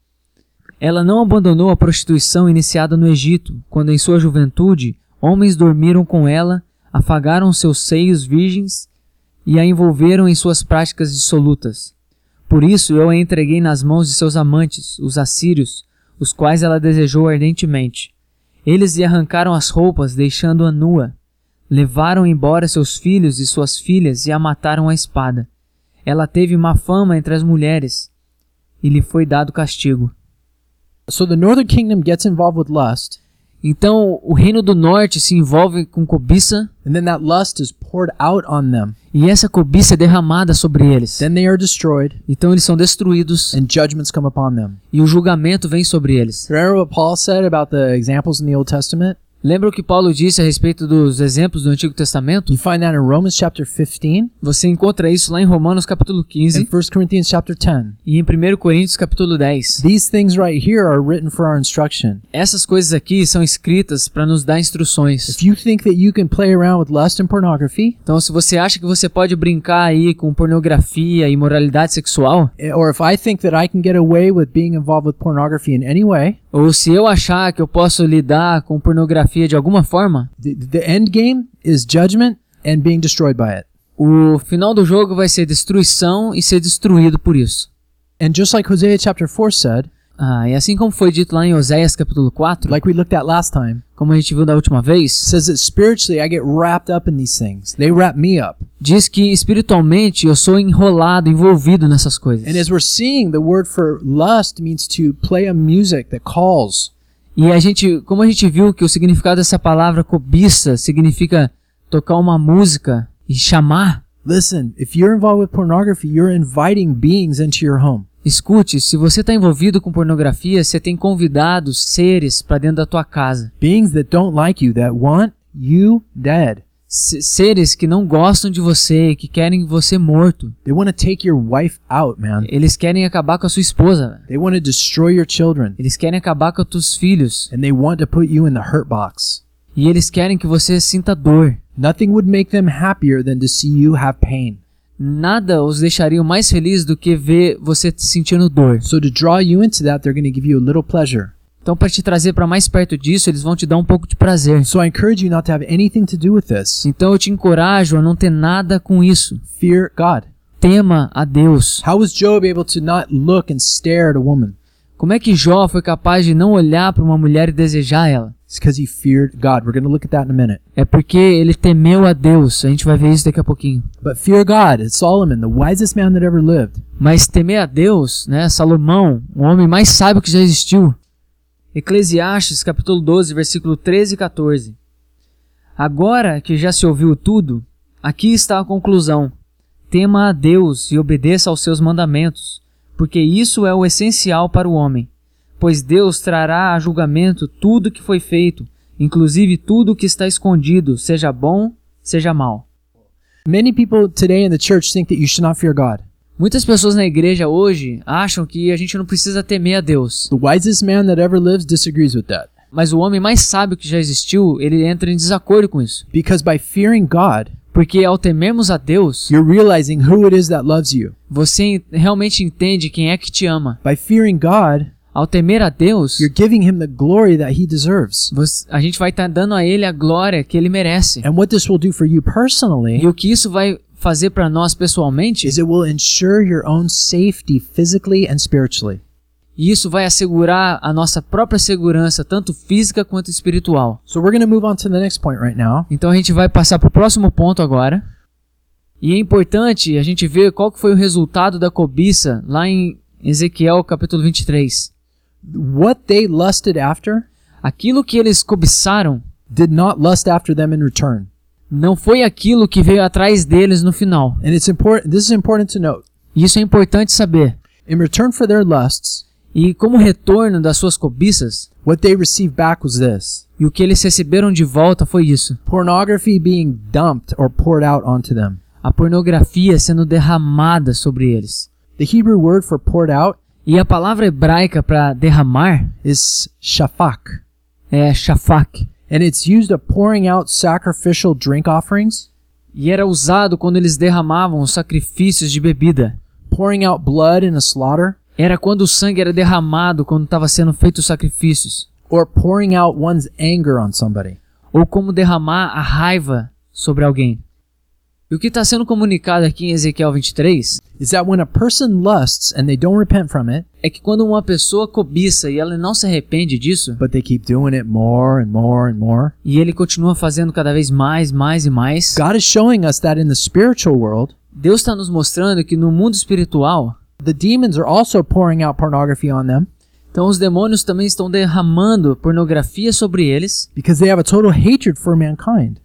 Speaker 2: Ela não abandonou a prostituição iniciada no Egito, quando em sua juventude homens dormiram com ela, afagaram seus seios virgens e a envolveram em suas práticas dissolutas. Por isso eu a entreguei nas mãos de seus amantes, os assírios, os quais ela desejou ardentemente. Eles lhe arrancaram as roupas, deixando-a nua. Levaram embora seus filhos e suas filhas e a mataram à espada. Ela teve má fama entre as mulheres e lhe foi dado castigo.
Speaker 1: So the northern kingdom gets involved with lust,
Speaker 2: Então o reino do norte se envolve com cobiça
Speaker 1: and then that lust is poured out on them.
Speaker 2: e essa cobiça é derramada sobre eles.
Speaker 1: Then they are destroyed,
Speaker 2: Então eles são destruídos
Speaker 1: and judgments come upon them.
Speaker 2: e o julgamento vem sobre eles.
Speaker 1: Remember what Paul said about the examples in the Old Testament?
Speaker 2: Lembra o que Paulo disse a respeito dos exemplos do Antigo Testamento?
Speaker 1: You find that in Romans chapter 15
Speaker 2: Você encontra isso lá em Romanos capítulo
Speaker 1: and
Speaker 2: 15
Speaker 1: 1 Corinthians chapter 10.
Speaker 2: e em 1 Coríntios capítulo 10.
Speaker 1: These things right here are written for our instruction.
Speaker 2: Essas coisas aqui são escritas para nos dar instruções.
Speaker 1: If you think that you can play around with lust and pornography,
Speaker 2: Então, se você acha que você pode brincar aí com pornografia e moralidade sexual,
Speaker 1: eh, or if I think that I can get away with being involved with pornography in any way,
Speaker 2: ou se eu achar que eu posso lidar com pornografia de alguma forma,
Speaker 1: The, the end game is judgment and being destroyed by it.
Speaker 2: o final do jogo vai ser destruição e ser destruído por isso.
Speaker 1: And just like Hosea chapter 4 said,
Speaker 2: Ah, e assim como foi dito lá em Oséias capítulo 4,
Speaker 1: like we looked at last time,
Speaker 2: como a gente viu da última vez,
Speaker 1: says that spiritually I get wrapped up in these things. They wrap me up.
Speaker 2: diz que espiritualmente eu sou enrolado, envolvido nessas
Speaker 1: And
Speaker 2: coisas.
Speaker 1: as we're seeing, the word for lust means to play a music that calls.
Speaker 2: E a gente, como a gente viu que o significado dessa palavra cobiça significa tocar uma música e chamar,
Speaker 1: Listen, if you're involved with pornography, you're inviting beings into your home.
Speaker 2: Escute, se você está envolvido com pornografia, você tem convidado seres para dentro da tua casa.
Speaker 1: Beings that don't like you, that want you dead.
Speaker 2: Se- seres que não gostam de você, que querem você morto.
Speaker 1: They want to take your wife out, man.
Speaker 2: Eles querem acabar com a sua esposa. velho.
Speaker 1: They want to destroy your children.
Speaker 2: Eles querem acabar com os teus filhos.
Speaker 1: And they want to put you in the hurt box.
Speaker 2: E eles querem que você sinta dor.
Speaker 1: Nothing would make them happier than to see you have pain.
Speaker 2: Nada os deixaria mais felizes do que ver você te sentindo dor.
Speaker 1: So to draw you into that, they're going to give you a little pleasure.
Speaker 2: Então, para te trazer para mais perto disso, eles vão te dar um pouco de prazer.
Speaker 1: So I encourage you not to have anything to do with this.
Speaker 2: Então, eu te encorajo a não ter nada com isso.
Speaker 1: Fear God.
Speaker 2: Tema a Deus.
Speaker 1: How was Job able to not look and stare at a woman?
Speaker 2: Como é que Jó foi capaz de não olhar para uma mulher e desejar ela?
Speaker 1: It's because he feared God. We're going to look at that in a minute.
Speaker 2: É porque ele temeu a Deus. A gente vai ver isso daqui a pouquinho.
Speaker 1: But fear God. It's Solomon, the wisest man that ever lived.
Speaker 2: Mas temer a Deus, né? Salomão, o homem mais sábio que já existiu. Eclesiastes, capítulo 12, versículo 13 e 14. Agora que já se ouviu tudo, aqui está a conclusão. Tema a Deus e obedeça aos seus mandamentos, porque isso é o essencial para o homem. Pois Deus trará a julgamento tudo o que foi feito, inclusive tudo o que está escondido, seja bom, seja mal.
Speaker 1: Many people today in the church think that you should not fear God.
Speaker 2: Muitas pessoas na igreja hoje acham que a gente não precisa temer a Deus,
Speaker 1: The wisest man that ever lives disagrees with that.
Speaker 2: mas o homem mais sábio que já existiu, ele entra em desacordo com isso.
Speaker 1: Because by fearing God,
Speaker 2: Porque ao temermos a Deus,
Speaker 1: you're realizing who it is that loves you.
Speaker 2: você en- realmente entende quem é que te ama.
Speaker 1: By fearing God,
Speaker 2: Ao temer a Deus,
Speaker 1: you're giving him the glory that he deserves.
Speaker 2: você- a gente vai estar dando a ele a glória que ele merece.
Speaker 1: And what this will do for you
Speaker 2: E
Speaker 1: personally
Speaker 2: o que isso vai fazer para nós pessoalmente,
Speaker 1: is it will ensure your own safety physically and spiritually.
Speaker 2: e isso vai assegurar a nossa própria segurança, tanto física quanto espiritual.
Speaker 1: So we're going to move on to the next point right now.
Speaker 2: Então a gente vai passar para o próximo ponto agora. E é importante a gente ver qual que foi o resultado da cobiça lá em Ezequiel capítulo 23.
Speaker 1: What they lusted after
Speaker 2: Aquilo que eles cobiçaram
Speaker 1: did not lust after them in return.
Speaker 2: não foi aquilo que veio atrás deles no final.
Speaker 1: And it's important this is important to note.
Speaker 2: E Isso é importante saber.
Speaker 1: In return for their lusts,
Speaker 2: E como retorno das suas cobiças,
Speaker 1: what they received back was this.
Speaker 2: e o que eles receberam de volta foi isso:
Speaker 1: Pornography being dumped or poured out onto them.
Speaker 2: a pornografia sendo derramada sobre eles.
Speaker 1: The Hebrew word for poured out
Speaker 2: E a palavra hebraica para derramar
Speaker 1: is shafak.
Speaker 2: é shafak.
Speaker 1: and it's used of pouring out sacrificial drink offerings,
Speaker 2: E era usado quando eles derramavam os sacrifícios de bebida.
Speaker 1: pouring out blood in a slaughter,
Speaker 2: Era quando o sangue era derramado quando estava sendo feito os sacrifícios.
Speaker 1: or pouring out one's anger on somebody.
Speaker 2: Ou como derramar a raiva sobre alguém. E o que está sendo comunicado aqui em Ezequiel 23
Speaker 1: Is that when a person lusts and they don't repent from it,
Speaker 2: é que quando uma pessoa cobiça e ela não se arrepende disso,
Speaker 1: but they keep doing it more and more and more?
Speaker 2: e ele continua fazendo cada vez mais, mais e mais,
Speaker 1: God is showing us that in the spiritual world,
Speaker 2: Deus está nos mostrando que no mundo espiritual,
Speaker 1: the demons are also pouring out pornography on them
Speaker 2: então os demônios também estão derramando pornografia sobre eles,
Speaker 1: because they have a total hatred for mankind.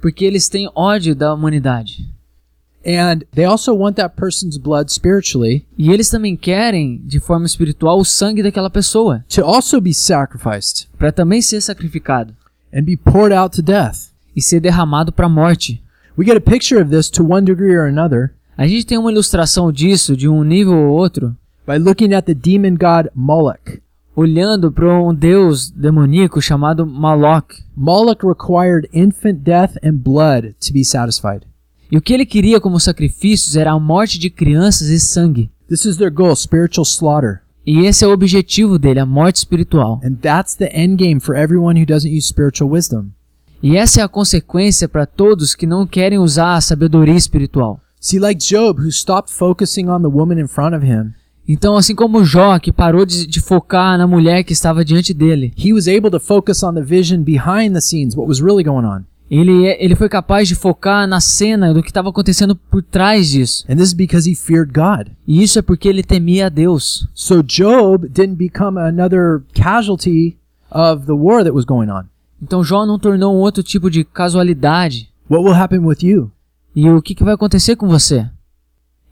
Speaker 2: porque eles têm ódio da humanidade.
Speaker 1: And they also want that person's blood spiritually
Speaker 2: E eles também querem, de forma espiritual, o sangue daquela pessoa,
Speaker 1: to also be sacrificed
Speaker 2: para também ser sacrificado
Speaker 1: and be poured out to death.
Speaker 2: e ser derramado para a morte.
Speaker 1: We get a picture of this to one degree or another
Speaker 2: A gente tem uma ilustração disso, de um nível ou outro,
Speaker 1: by looking at the demon god Moloch.
Speaker 2: olhando para um deus demoníaco chamado Malok.
Speaker 1: Moloch required infant death and blood to be satisfied.
Speaker 2: E o que ele queria como sacrifícios era a morte de crianças e sangue.
Speaker 1: This is their goal, spiritual slaughter.
Speaker 2: E esse é o objetivo dele, a morte espiritual.
Speaker 1: And that's the end game for everyone who doesn't use spiritual wisdom.
Speaker 2: E essa é a consequência para todos que não querem usar a sabedoria espiritual.
Speaker 1: See, like Job, who stopped focusing on the woman in front of him,
Speaker 2: Então, assim como Jó, que parou de, de focar na mulher que estava diante dele,
Speaker 1: he was able to focus on the vision behind the scenes, what was really going on.
Speaker 2: ele, é- ele foi capaz de focar na cena do que estava acontecendo por trás disso.
Speaker 1: And this is because he feared God.
Speaker 2: E isso é porque ele temia a Deus.
Speaker 1: So Job didn't become another casualty of the war that was going on.
Speaker 2: Então, Jó não tornou um outro tipo de casualidade.
Speaker 1: What will happen with you?
Speaker 2: E o que, que vai acontecer com você?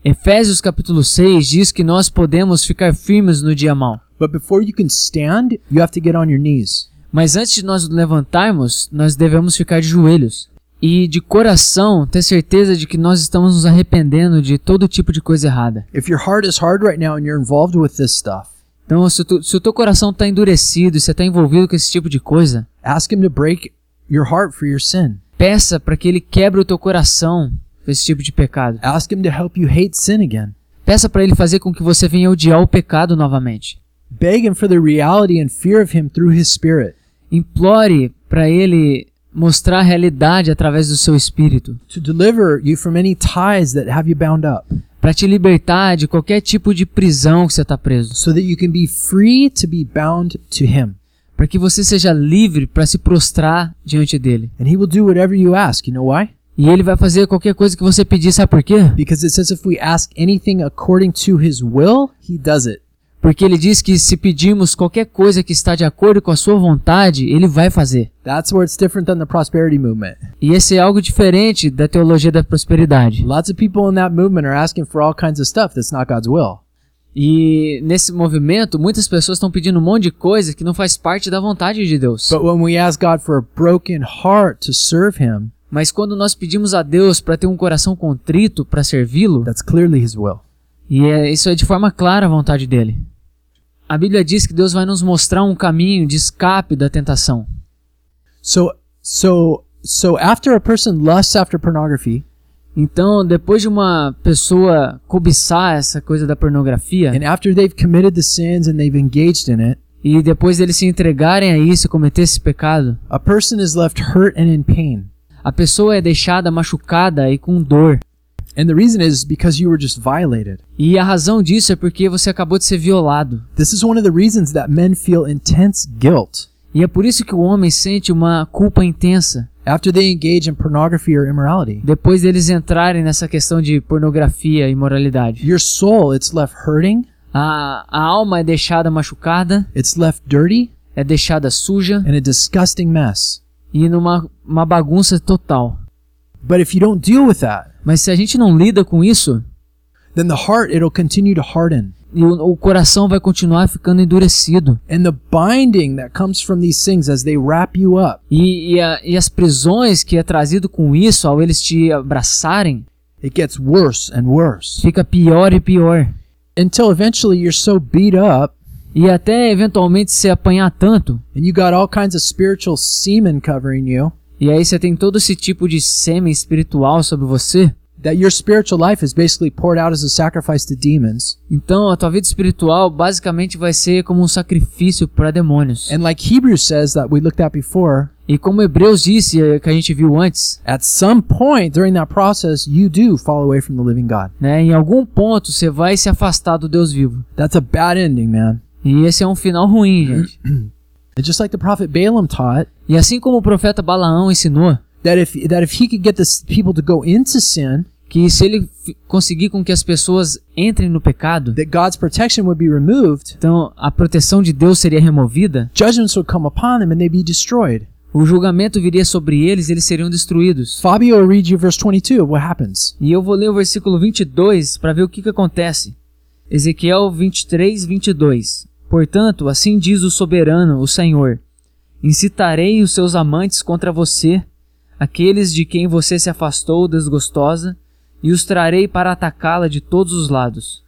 Speaker 2: Efésios capítulo 6 diz que nós podemos ficar firmes no dia mau.
Speaker 1: But before you can stand, you have to get on your knees.
Speaker 2: Mas antes de nós nos levantarmos, nós devemos ficar de joelhos e de coração ter certeza de que nós estamos nos arrependendo de todo tipo de coisa errada.
Speaker 1: If your heart is hard right now and you're involved with this stuff,
Speaker 2: Então, se, tu, se o teu coração está endurecido e você está envolvido com esse tipo de coisa,
Speaker 1: ask Him to break your heart for your sin.
Speaker 2: peça para que ele quebre o teu coração com esse tipo de pecado.
Speaker 1: Ask Him to help you hate sin again.
Speaker 2: Peça para ele fazer com que você venha odiar o pecado novamente.
Speaker 1: Beg Him for the reality and fear of Him through His Spirit.
Speaker 2: Implore para ele mostrar a realidade através do seu espírito,
Speaker 1: to deliver you from any ties that have you bound up,
Speaker 2: para te libertar de qualquer tipo de prisão que você está preso.
Speaker 1: so that you can be free to be bound to Him.
Speaker 2: para que você seja livre para se prostrar diante dele.
Speaker 1: And He will do whatever you ask. You know why?
Speaker 2: E ele vai fazer qualquer coisa que você pedir, sabe por quê?
Speaker 1: Because it says if we ask anything according to His will, He does it.
Speaker 2: Porque ele diz que se pedirmos qualquer coisa que está de acordo com a sua vontade, ele vai fazer.
Speaker 1: That's where it's different than the prosperity movement.
Speaker 2: E esse é algo diferente da teologia da prosperidade.
Speaker 1: Lots of people in that movement are asking for all kinds of stuff that's not God's will.
Speaker 2: E nesse movimento, muitas pessoas estão pedindo um monte de coisa que não faz parte da vontade de Deus.
Speaker 1: But when we ask God for a broken heart to serve Him,
Speaker 2: Mas quando nós pedimos a Deus para ter um coração contrito para servi-lo,
Speaker 1: that's clearly His will.
Speaker 2: E é, isso é de forma clara a vontade dele. A Bíblia diz que Deus vai nos mostrar um caminho de escape da tentação.
Speaker 1: So, so, so after a person lusts after pornography,
Speaker 2: Então, depois de uma pessoa cobiçar essa coisa da pornografia
Speaker 1: and after they've committed the sins and they've engaged in it,
Speaker 2: e depois deles se entregarem a isso e cometer esse pecado,
Speaker 1: A person is left hurt and in pain.
Speaker 2: a pessoa é deixada machucada e com dor.
Speaker 1: And the reason is because you were just violated.
Speaker 2: E a razão disso é porque você acabou de ser violado.
Speaker 1: This is one of the reasons that men feel intense guilt
Speaker 2: E é por isso que o homem sente uma culpa intensa
Speaker 1: after they engage in pornography or immorality.
Speaker 2: depois deles entrarem nessa questão de pornografia e moralidade.
Speaker 1: Your soul, it's left hurting,
Speaker 2: A, a alma é deixada machucada,
Speaker 1: it's left dirty,
Speaker 2: é deixada suja
Speaker 1: and a disgusting mess.
Speaker 2: e numa uma bagunça total.
Speaker 1: But if you don't deal with that,
Speaker 2: Mas se a gente não lida com isso,
Speaker 1: then the heart, it'll continue to harden.
Speaker 2: e o, o coração vai continuar ficando endurecido.
Speaker 1: And the binding that comes from these things as they wrap you up,
Speaker 2: E, e, a- e as prisões que é trazido com isso, ao eles te abraçarem,
Speaker 1: it gets worse and worse.
Speaker 2: fica pior e pior.
Speaker 1: Until eventually you're so beat up
Speaker 2: E até eventualmente se apanhar tanto,
Speaker 1: and you got all kinds of spiritual semen covering you
Speaker 2: e aí você tem todo esse tipo de sêmen espiritual sobre você.
Speaker 1: that your spiritual life is basically poured out as a sacrifice to demons.
Speaker 2: Então a tua vida espiritual basicamente vai ser como um sacrifício para demônios.
Speaker 1: And like Hebrews says that we looked at before,
Speaker 2: E como Hebreus disse, eh, que a gente viu antes,
Speaker 1: at some point during that process, you do fall away from the living God.
Speaker 2: né? Em algum ponto você vai se afastar do Deus vivo.
Speaker 1: That's a bad ending, man.
Speaker 2: E esse é um final ruim, gente.
Speaker 1: And just like the prophet Balaam taught,
Speaker 2: E assim como o profeta Balaão ensinou
Speaker 1: that if that if he could get the s- people to go into sin,
Speaker 2: que se ele fi- conseguir com que as pessoas entrem no pecado,
Speaker 1: that God's protection would be removed,
Speaker 2: então a proteção de Deus seria removida,
Speaker 1: judgments would come upon them and they'd be destroyed.
Speaker 2: o julgamento viria sobre eles, e eles seriam destruídos.
Speaker 1: Fabio will read you verse 22 of what happens.
Speaker 2: E eu vou ler o versículo 22 para ver o que, que acontece. Ezequiel 23, 22. Portanto, assim diz o soberano, o Senhor: Incitarei os seus amantes contra você, aqueles de quem você se afastou desgostosa, e os trarei para atacá-la de todos os lados.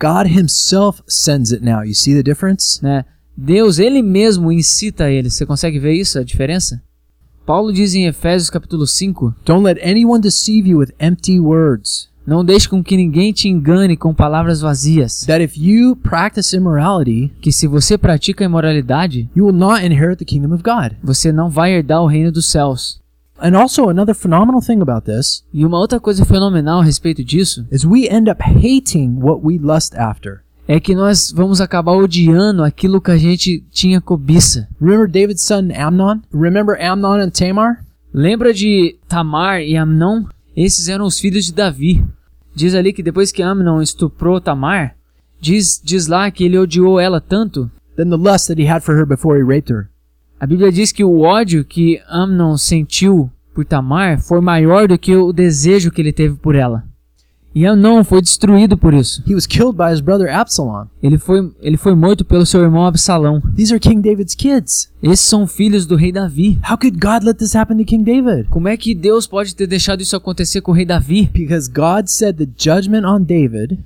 Speaker 1: God himself sends it now. You see the difference?
Speaker 2: Né? Deus, ele mesmo incita eles. Você consegue ver isso, a diferença? Paulo diz em Efésios capítulo 5:
Speaker 1: Don't let anyone deceive you with empty words.
Speaker 2: Não deixe com que ninguém te engane com palavras vazias.
Speaker 1: that if you practice immorality,
Speaker 2: que se você pratica a imoralidade,
Speaker 1: you will not inherit the kingdom of God.
Speaker 2: você não vai herdar o reino dos céus.
Speaker 1: And also, another phenomenal thing about this
Speaker 2: E uma outra coisa fenomenal a respeito disso
Speaker 1: is we end up hating what we lust after.
Speaker 2: é que nós vamos acabar odiando aquilo que a gente tinha cobiça.
Speaker 1: Remember David's son Amnon? Remember Amnon and Tamar?
Speaker 2: Lembra de Tamar e Amnon? Esses eram os filhos de Davi. Diz ali que depois que Amnon estuprou Tamar, diz, diz lá que ele odiou ela tanto.
Speaker 1: Then the lust that he had for her before he raped her.
Speaker 2: A Bíblia diz que o ódio que Amnon sentiu por Tamar foi maior do que o desejo que ele teve por ela. E Amnon foi destruído por isso.
Speaker 1: He was killed by his brother Absalom.
Speaker 2: Ele foi, ele foi morto pelo seu irmão Absalão.
Speaker 1: These are King David's kids.
Speaker 2: Esses são filhos do rei Davi.
Speaker 1: How could God let this happen to King David?
Speaker 2: Como é que Deus pode ter deixado isso acontecer com o rei Davi?
Speaker 1: Because God said the judgment on David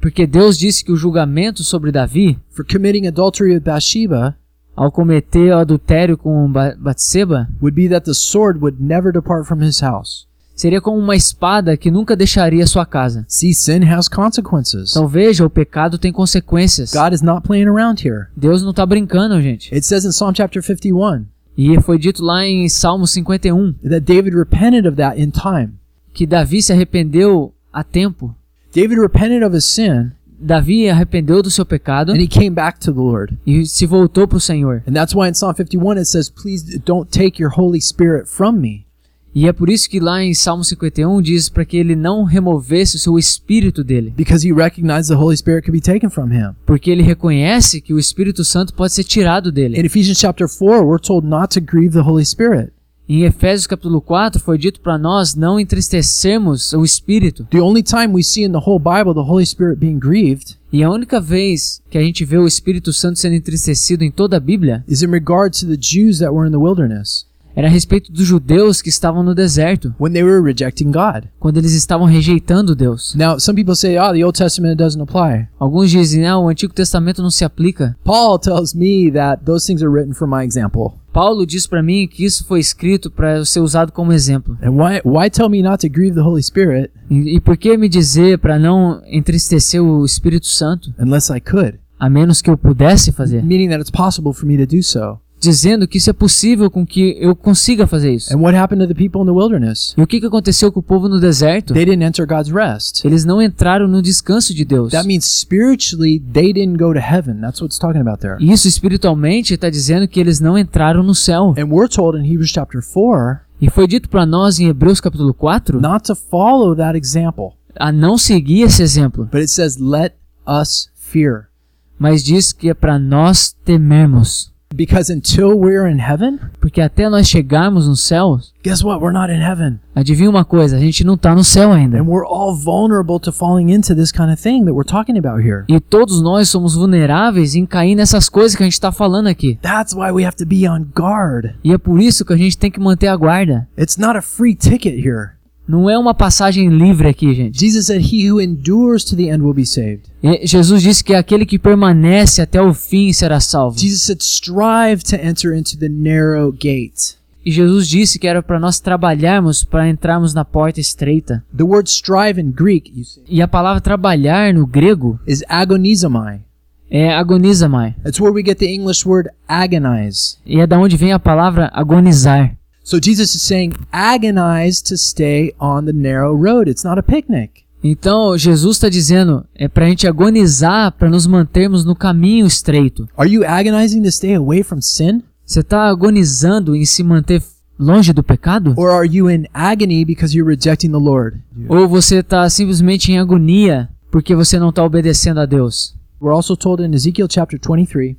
Speaker 2: Porque Deus disse que o julgamento sobre Davi,
Speaker 1: for committing adultery with Bathsheba
Speaker 2: ao cometer o adultério com Ba- Batseba,
Speaker 1: would be that the sword would never depart from his house.
Speaker 2: seria como uma espada que nunca deixaria sua casa.
Speaker 1: See, sin has consequences.
Speaker 2: Então veja, o pecado tem consequências.
Speaker 1: God is not playing around here.
Speaker 2: Deus não está brincando, gente.
Speaker 1: It says in Psalm chapter 51
Speaker 2: E foi dito lá em Salmo 51
Speaker 1: that David repented of that in time.
Speaker 2: que Davi se arrependeu a tempo.
Speaker 1: David repented of his sin
Speaker 2: Davi arrependeu do seu pecado
Speaker 1: and he came back to the Lord.
Speaker 2: e se voltou para o Senhor.
Speaker 1: And that's why in Psalm 51 it says, Please don't take your Holy Spirit from me.
Speaker 2: E é por isso que lá em Salmo 51 diz para que ele não removesse o seu espírito dele,
Speaker 1: Because he recognized the Holy Spirit could be taken from him.
Speaker 2: porque ele reconhece que o Espírito Santo pode ser tirado dele.
Speaker 1: In Ephesians chapter 4, we're told not to grieve the Holy Spirit.
Speaker 2: Em Efésios capítulo 4 foi dito para nós não entristecermos o espírito.
Speaker 1: The only time we see in the whole Bible the Holy Spirit being grieved
Speaker 2: E a única vez que a gente vê o Espírito Santo sendo entristecido em toda a Bíblia
Speaker 1: is in regard to the Jews that were in the wilderness
Speaker 2: era a respeito dos judeus que estavam no deserto,
Speaker 1: when they were rejecting God.
Speaker 2: quando eles estavam rejeitando Deus.
Speaker 1: Now, some people say, oh, the Old Testament doesn't apply.
Speaker 2: Alguns dizem, ah, o Antigo Testamento não se aplica.
Speaker 1: Paul tells me that those things are written for my example.
Speaker 2: Paulo diz para mim que isso foi escrito para ser usado como exemplo.
Speaker 1: And why, why tell me not to grieve the Holy Spirit
Speaker 2: E, e por que me dizer para não entristecer o Espírito Santo,
Speaker 1: unless I could?
Speaker 2: a menos que eu pudesse fazer?
Speaker 1: Meaning that it's possible for me to do so.
Speaker 2: Dizendo que isso é possível com que eu consiga fazer isso.
Speaker 1: And what happened to the people in the wilderness?
Speaker 2: E o que, que aconteceu com o povo no deserto?
Speaker 1: They didn't enter God's rest.
Speaker 2: Eles não entraram no descanso de Deus.
Speaker 1: That means spiritually, they didn't go to heaven. That's what it's talking about there.
Speaker 2: E Isso espiritualmente está dizendo que eles não entraram no céu.
Speaker 1: And we're told in Hebrews chapter 4
Speaker 2: E foi dito para nós em Hebreus capítulo 4
Speaker 1: not to follow that example.
Speaker 2: a não seguir esse exemplo,
Speaker 1: But it says, let us fear.
Speaker 2: mas diz que é para nós temermos.
Speaker 1: Because until we're in heaven,
Speaker 2: Porque até nós chegarmos no céu,
Speaker 1: guess what? We're not in heaven.
Speaker 2: adivinha uma coisa, a gente não está no céu ainda.
Speaker 1: And we're all vulnerable to falling into this kind of thing that we're talking about here.
Speaker 2: E todos nós somos vulneráveis em cair nessas coisas que a gente está falando aqui.
Speaker 1: That's why we have to be on guard.
Speaker 2: E é por isso que a gente tem que manter a guarda.
Speaker 1: It's not a free ticket here.
Speaker 2: Não é uma passagem livre aqui, gente.
Speaker 1: Jesus said, He who endures to the end will be saved.
Speaker 2: E Jesus disse que aquele que permanece até o fim será salvo.
Speaker 1: Jesus said, strive to enter into the narrow gate.
Speaker 2: E Jesus disse que era para nós trabalharmos para entrarmos na porta estreita.
Speaker 1: The word strive in Greek you see,
Speaker 2: E a palavra trabalhar no grego
Speaker 1: is agonizomai.
Speaker 2: é agonizamai.
Speaker 1: That's where we get the English word agonize.
Speaker 2: E é da onde vem a palavra agonizar.
Speaker 1: So Jesus is saying, agonize to stay on the narrow road. It's not a picnic.
Speaker 2: Então Jesus está dizendo é para a gente agonizar para nos mantermos no caminho estreito.
Speaker 1: Are you agonizing to stay away from sin?
Speaker 2: Você está agonizando em se manter longe do pecado?
Speaker 1: Or are you in agony because you're rejecting the Lord?
Speaker 2: Ou você está simplesmente em agonia porque você não está obedecendo a Deus?
Speaker 1: We're also told in Ezekiel chapter 23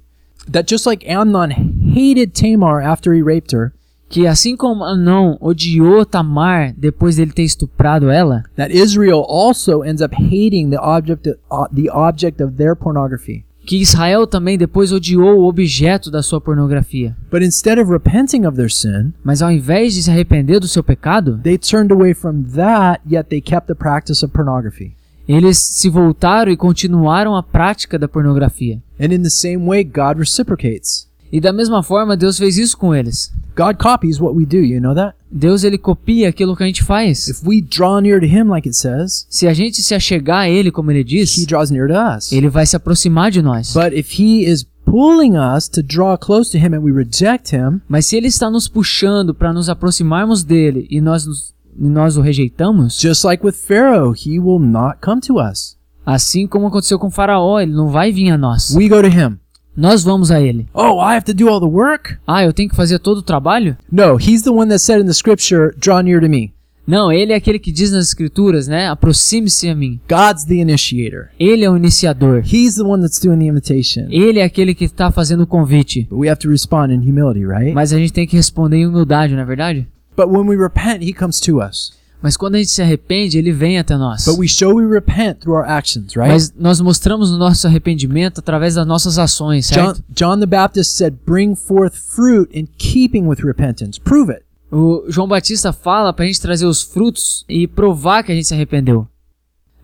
Speaker 1: that just like Amnon hated Tamar after he raped her,
Speaker 2: Que assim como Anão odiou Tamar depois dele ter estuprado ela,
Speaker 1: that Israel also ends up hating the object of, uh, the object of their pornography.
Speaker 2: que Israel também depois odiou o objeto da sua pornografia.
Speaker 1: But instead of repenting of their sin,
Speaker 2: Mas ao invés de se arrepender do seu pecado,
Speaker 1: they turned away from that, yet they kept the practice of pornography.
Speaker 2: eles se voltaram e continuaram a prática da pornografia.
Speaker 1: And in the same way, God reciprocates.
Speaker 2: E da mesma forma, Deus fez isso com eles.
Speaker 1: God copies what we do, you know that?
Speaker 2: Deus ele copia aquilo que a gente faz.
Speaker 1: If we draw near to Him, like it says,
Speaker 2: Se a gente se achegar a ele, como ele
Speaker 1: He
Speaker 2: diz,
Speaker 1: draws near to us.
Speaker 2: ele vai se aproximar de nós.
Speaker 1: But if He is pulling us to draw close to Him and we reject Him,
Speaker 2: Mas se ele está nos puxando para nos aproximarmos dele e nós nos- e nós o rejeitamos,
Speaker 1: just like with Pharaoh, He will not come to us.
Speaker 2: assim como aconteceu com Faraó, ele não vai vir a nós.
Speaker 1: We go to Him.
Speaker 2: Nós vamos a ele.
Speaker 1: Oh, I have to do all the work?
Speaker 2: Ah, eu tenho que fazer todo o trabalho?
Speaker 1: No, he's the one that said in the scripture, draw near to me.
Speaker 2: Não, ele é aquele que diz nas escrituras, né? Aproxime-se a mim.
Speaker 1: God's the initiator.
Speaker 2: Ele é o iniciador.
Speaker 1: He's the one that's doing the invitation.
Speaker 2: Ele é aquele que está fazendo o convite.
Speaker 1: But we have to respond in humility, right?
Speaker 2: Mas a gente tem que responder em humildade, não é verdade?
Speaker 1: But when we repent, he comes to us.
Speaker 2: Mas quando a gente se arrepende, ele vem até nós.
Speaker 1: But we show we repent through our actions, right?
Speaker 2: Mas nós mostramos o nosso arrependimento através das nossas ações, certo?
Speaker 1: John, John the Baptist said, Bring forth fruit in keeping with repentance. Prove it.
Speaker 2: O João Batista fala para a gente trazer os frutos e provar que a gente se arrependeu.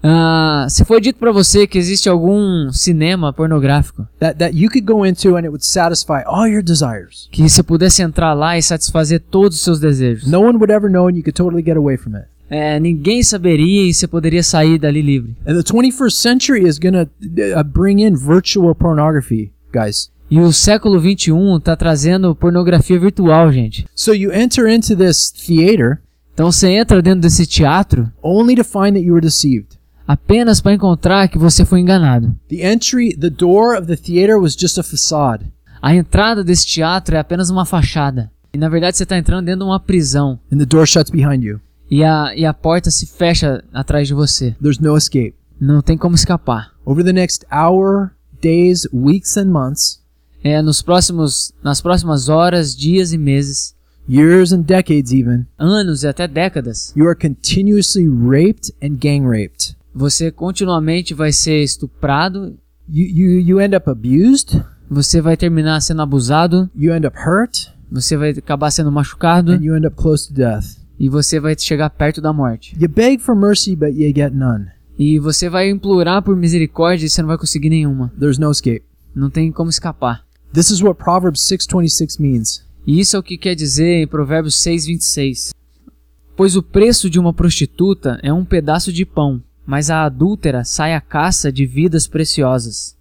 Speaker 2: Ah, se foi dito para você que existe algum cinema pornográfico,
Speaker 1: That, that you could go into and it would satisfy all your desires.
Speaker 2: que você pudesse entrar lá e satisfazer todos os seus desejos,
Speaker 1: No one would ever know and you could totally get away from it.
Speaker 2: É, ninguém saberia e você poderia sair dali livre.
Speaker 1: And the 21st century is going to uh, bring in virtual pornography, guys.
Speaker 2: E o século 21 tá trazendo pornografia virtual, gente.
Speaker 1: So you enter into this theater
Speaker 2: Então você entra dentro desse teatro
Speaker 1: only to find that you were deceived.
Speaker 2: apenas para encontrar que você foi enganado.
Speaker 1: The entry, the door of the theater was just a facade.
Speaker 2: A entrada desse teatro é apenas uma fachada. E na verdade você tá entrando dentro de uma prisão.
Speaker 1: And the door shuts behind you.
Speaker 2: E a, e a porta se fecha atrás de você.
Speaker 1: There's no escape.
Speaker 2: Não tem como escapar.
Speaker 1: Over the next hour, days, weeks, and months,
Speaker 2: É, nos próximos, nas próximas horas, dias e meses,
Speaker 1: years and decades even,
Speaker 2: anos e até décadas,
Speaker 1: you are continuously raped and gang raped.
Speaker 2: você continuamente vai ser estuprado
Speaker 1: You, you, you end up abused,
Speaker 2: Você vai terminar sendo abusado,
Speaker 1: you end up hurt,
Speaker 2: você vai acabar sendo machucado
Speaker 1: and you end up close to death.
Speaker 2: e você vai chegar perto da morte.
Speaker 1: You beg for mercy, but you get none.
Speaker 2: E você vai implorar por misericórdia e você não vai conseguir nenhuma.
Speaker 1: There's no escape.
Speaker 2: Não tem como escapar.
Speaker 1: This is what Proverbs 6:26 means.
Speaker 2: E isso é o que quer dizer em Provérbios 6:26. Pois o preço de uma prostituta é um pedaço de pão, mas a adúltera sai à caça de vidas preciosas.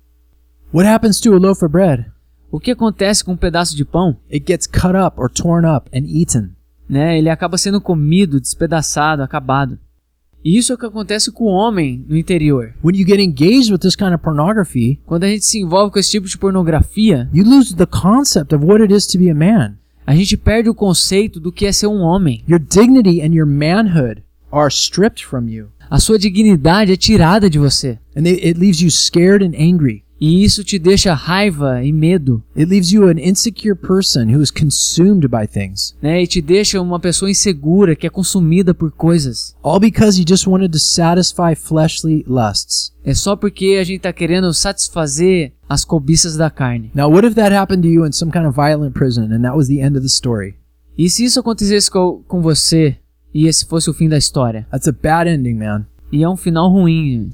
Speaker 1: What happens to a loaf of bread?
Speaker 2: O que acontece com um pedaço de pão?
Speaker 1: It gets cut up or torn up and eaten.
Speaker 2: né? Ele acaba sendo comido, despedaçado, acabado. E isso é o que acontece com o homem no interior.
Speaker 1: When you get engaged with this kind of pornography,
Speaker 2: Quando a gente se envolve com esse tipo de pornografia,
Speaker 1: you lose the concept of what it is to be a man.
Speaker 2: a gente perde o conceito do que é ser um homem.
Speaker 1: Your dignity and your manhood are stripped from you,
Speaker 2: A sua dignidade é tirada de você.
Speaker 1: and they, it leaves you scared and angry.
Speaker 2: E isso te deixa raiva e medo,
Speaker 1: It leaves you an insecure person who is consumed by things,
Speaker 2: né? E te deixa uma pessoa insegura que é consumida por coisas.
Speaker 1: all because you just wanted to satisfy fleshly lusts.
Speaker 2: É só porque a gente tá querendo satisfazer as cobiças da carne.
Speaker 1: Now, what if that happened to you in some kind of violent prison and that was the end of the story?
Speaker 2: E se isso acontecesse co- com você e esse fosse o fim da história?
Speaker 1: That's a bad ending, man.
Speaker 2: E é um final ruim.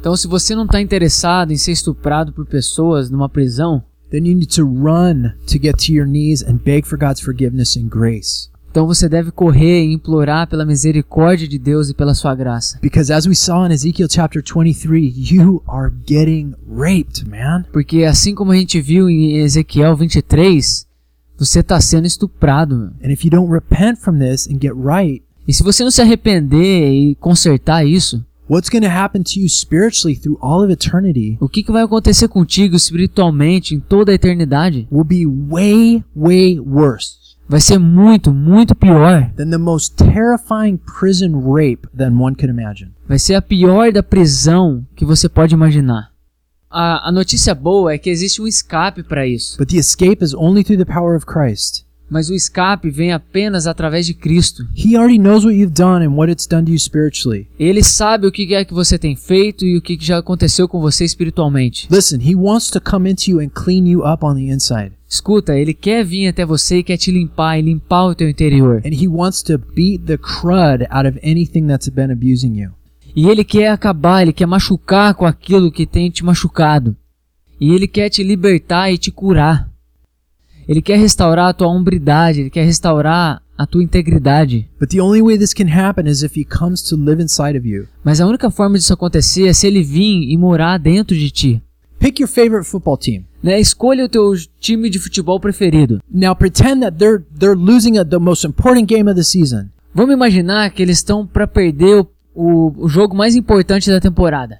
Speaker 2: Então, se você não está interessado em ser estuprado por pessoas numa prisão,
Speaker 1: Then you need to run to get to your knees and beg for God's forgiveness and grace.
Speaker 2: então você deve correr e implorar pela misericórdia de Deus e pela sua graça.
Speaker 1: Because as we saw in Ezekiel chapter 23, you are getting raped, man.
Speaker 2: Porque assim como a gente viu em Ezequiel 23, você está sendo estuprado. meu.
Speaker 1: And if you don't repent from this and get right,
Speaker 2: E se você não se arrepender e consertar isso,
Speaker 1: what's going to happen to you spiritually through all of eternity
Speaker 2: o que, que vai acontecer contigo espiritualmente em toda a eternidade?
Speaker 1: will be way, way worse
Speaker 2: Vai ser muito, muito pior.
Speaker 1: than the most terrifying prison rape than one could imagine.
Speaker 2: Vai ser a pior da prisão que você pode imaginar. A, a notícia boa é que existe um escape para isso,
Speaker 1: But the escape is only through the power of Christ.
Speaker 2: mas o escape vem apenas através de Cristo.
Speaker 1: He already knows what you've done and what it's done to you spiritually.
Speaker 2: Ele sabe o que é que você tem feito e o que que já aconteceu com você espiritualmente.
Speaker 1: Listen, he wants to come into you and clean you up on the inside.
Speaker 2: Escuta, ele quer vir até você e quer te limpar e limpar o teu interior.
Speaker 1: And he wants to beat the crud out of anything that's been abusing you.
Speaker 2: E ele quer acabar, ele quer machucar com aquilo que tem te machucado. E ele quer te libertar e te curar. Ele quer restaurar a tua hombridade, ele quer restaurar a tua integridade.
Speaker 1: But the only way this can happen is if he comes to live inside of you.
Speaker 2: Mas a única forma disso acontecer é se ele vir e morar dentro de ti.
Speaker 1: Pick your favorite football team.
Speaker 2: Né? Escolha o teu time de futebol preferido.
Speaker 1: Now pretend that they're they're losing a, the most important game of the season.
Speaker 2: Vamos imaginar que eles estão para perder o, o, o jogo mais importante da temporada.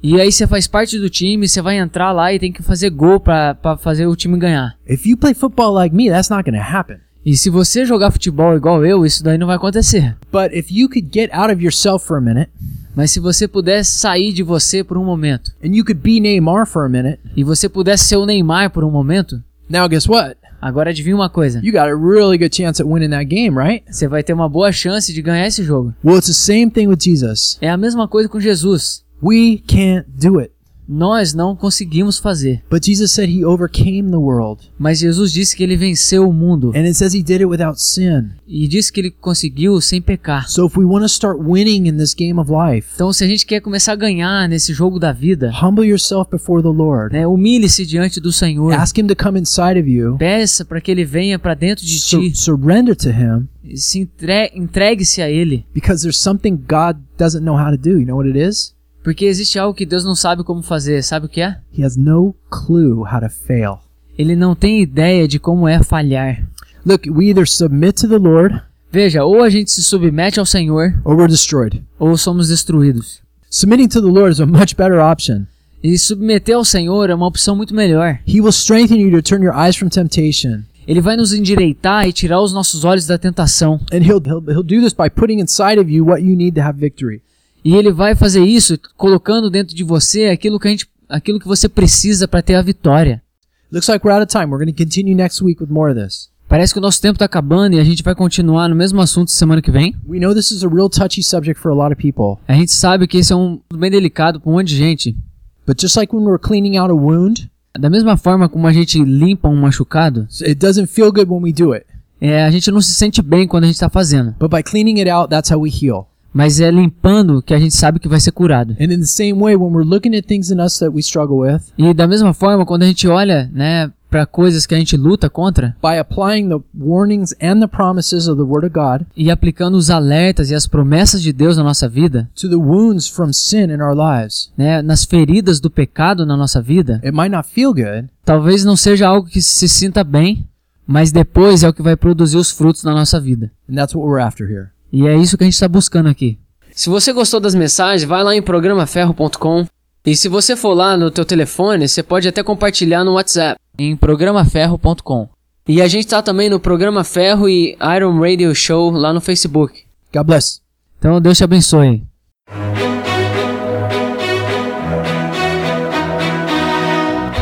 Speaker 2: E aí você faz parte do time, você vai entrar lá e tem que fazer gol para fazer o time ganhar.
Speaker 1: If you play football like me, that's not going to happen.
Speaker 2: E se você jogar futebol igual eu, isso daí não vai acontecer.
Speaker 1: But if you could get out of yourself for a minute
Speaker 2: Mas se você pudesse sair de você por um momento,
Speaker 1: and you could be Neymar for a minute,
Speaker 2: e você pudesse ser o Neymar por um momento,
Speaker 1: now guess what?
Speaker 2: Agora adivinha uma coisa.
Speaker 1: you got a really good chance at winning that game, right?
Speaker 2: Você vai ter uma boa chance de ganhar esse jogo.
Speaker 1: Well, it's the same thing with Jesus.
Speaker 2: É a mesma coisa com Jesus.
Speaker 1: We can't do it.
Speaker 2: Nós não conseguimos fazer.
Speaker 1: But Jesus said he overcame the world.
Speaker 2: Mas Jesus disse que ele venceu o mundo
Speaker 1: And it says he did it without sin.
Speaker 2: e disse que ele conseguiu sem pecar.
Speaker 1: So if we want to start winning in this game of life,
Speaker 2: Então, se a gente quer começar a ganhar nesse jogo da vida,
Speaker 1: humble yourself before the Lord.
Speaker 2: né, humilhe-se diante do Senhor.
Speaker 1: Ask him to come inside of you.
Speaker 2: Peça para que ele venha para dentro de
Speaker 1: Sur-
Speaker 2: ti.
Speaker 1: surrender to him
Speaker 2: e se entre- Entregue-se a ele.
Speaker 1: because there's something God doesn't know how to do. You know what it is?
Speaker 2: Porque existe algo que Deus não sabe como fazer. Sabe o que é?
Speaker 1: He has no clue how to fail.
Speaker 2: Ele não tem ideia de como é falhar.
Speaker 1: Look, we either submit to the Lord
Speaker 2: Veja, ou a gente se submete ao Senhor,
Speaker 1: or we're destroyed.
Speaker 2: ou somos destruídos.
Speaker 1: Submitting to the Lord is a much better option.
Speaker 2: E submeter ao Senhor é uma opção muito melhor.
Speaker 1: He will strengthen you to turn your eyes from temptation.
Speaker 2: Ele vai nos endireitar e tirar os nossos olhos da tentação.
Speaker 1: And he'll, he'll, he'll do this by putting inside of you what you need to have victory.
Speaker 2: E ele vai fazer isso colocando dentro de você aquilo que, a gente, aquilo que você precisa para ter a vitória.
Speaker 1: Looks like we're out of time. We're going to continue next week with more of this.
Speaker 2: Parece que o nosso tempo está acabando e a gente vai continuar no mesmo assunto semana que vem.
Speaker 1: We know this is a real touchy subject for a lot of people,
Speaker 2: A gente sabe que isso é um bem delicado para um monte de gente.
Speaker 1: but just like when we're cleaning out a wound,
Speaker 2: Da mesma forma como a gente limpa um machucado,
Speaker 1: it doesn't feel good when we do it.
Speaker 2: é, a gente não se sente bem quando a gente está fazendo.
Speaker 1: But by cleaning it out, that's how we heal.
Speaker 2: Mas é limpando que a gente sabe que vai ser curado.
Speaker 1: And in the same way, when we're looking at things in us that we struggle with,
Speaker 2: E da mesma forma, quando a gente olha né, para coisas que a gente luta contra
Speaker 1: by applying the warnings and the promises of the Word of God
Speaker 2: e aplicando os alertas e as promessas de Deus na nossa vida,
Speaker 1: to the wounds from sin in our lives,
Speaker 2: né, nas feridas do pecado na nossa vida,
Speaker 1: it might not feel good,
Speaker 2: talvez não seja algo que se sinta bem, mas depois é o que vai produzir os frutos na nossa vida.
Speaker 1: and that's what we're after here.
Speaker 2: E é isso que a gente está buscando aqui. Se você gostou das mensagens, vai lá em programaferro.com e se você for lá no teu telefone, você pode até compartilhar no WhatsApp em programaferro.com. E a gente tá também no Programa Ferro e Iron Radio Show lá no Facebook.
Speaker 1: God bless.
Speaker 2: Então Deus te abençoe.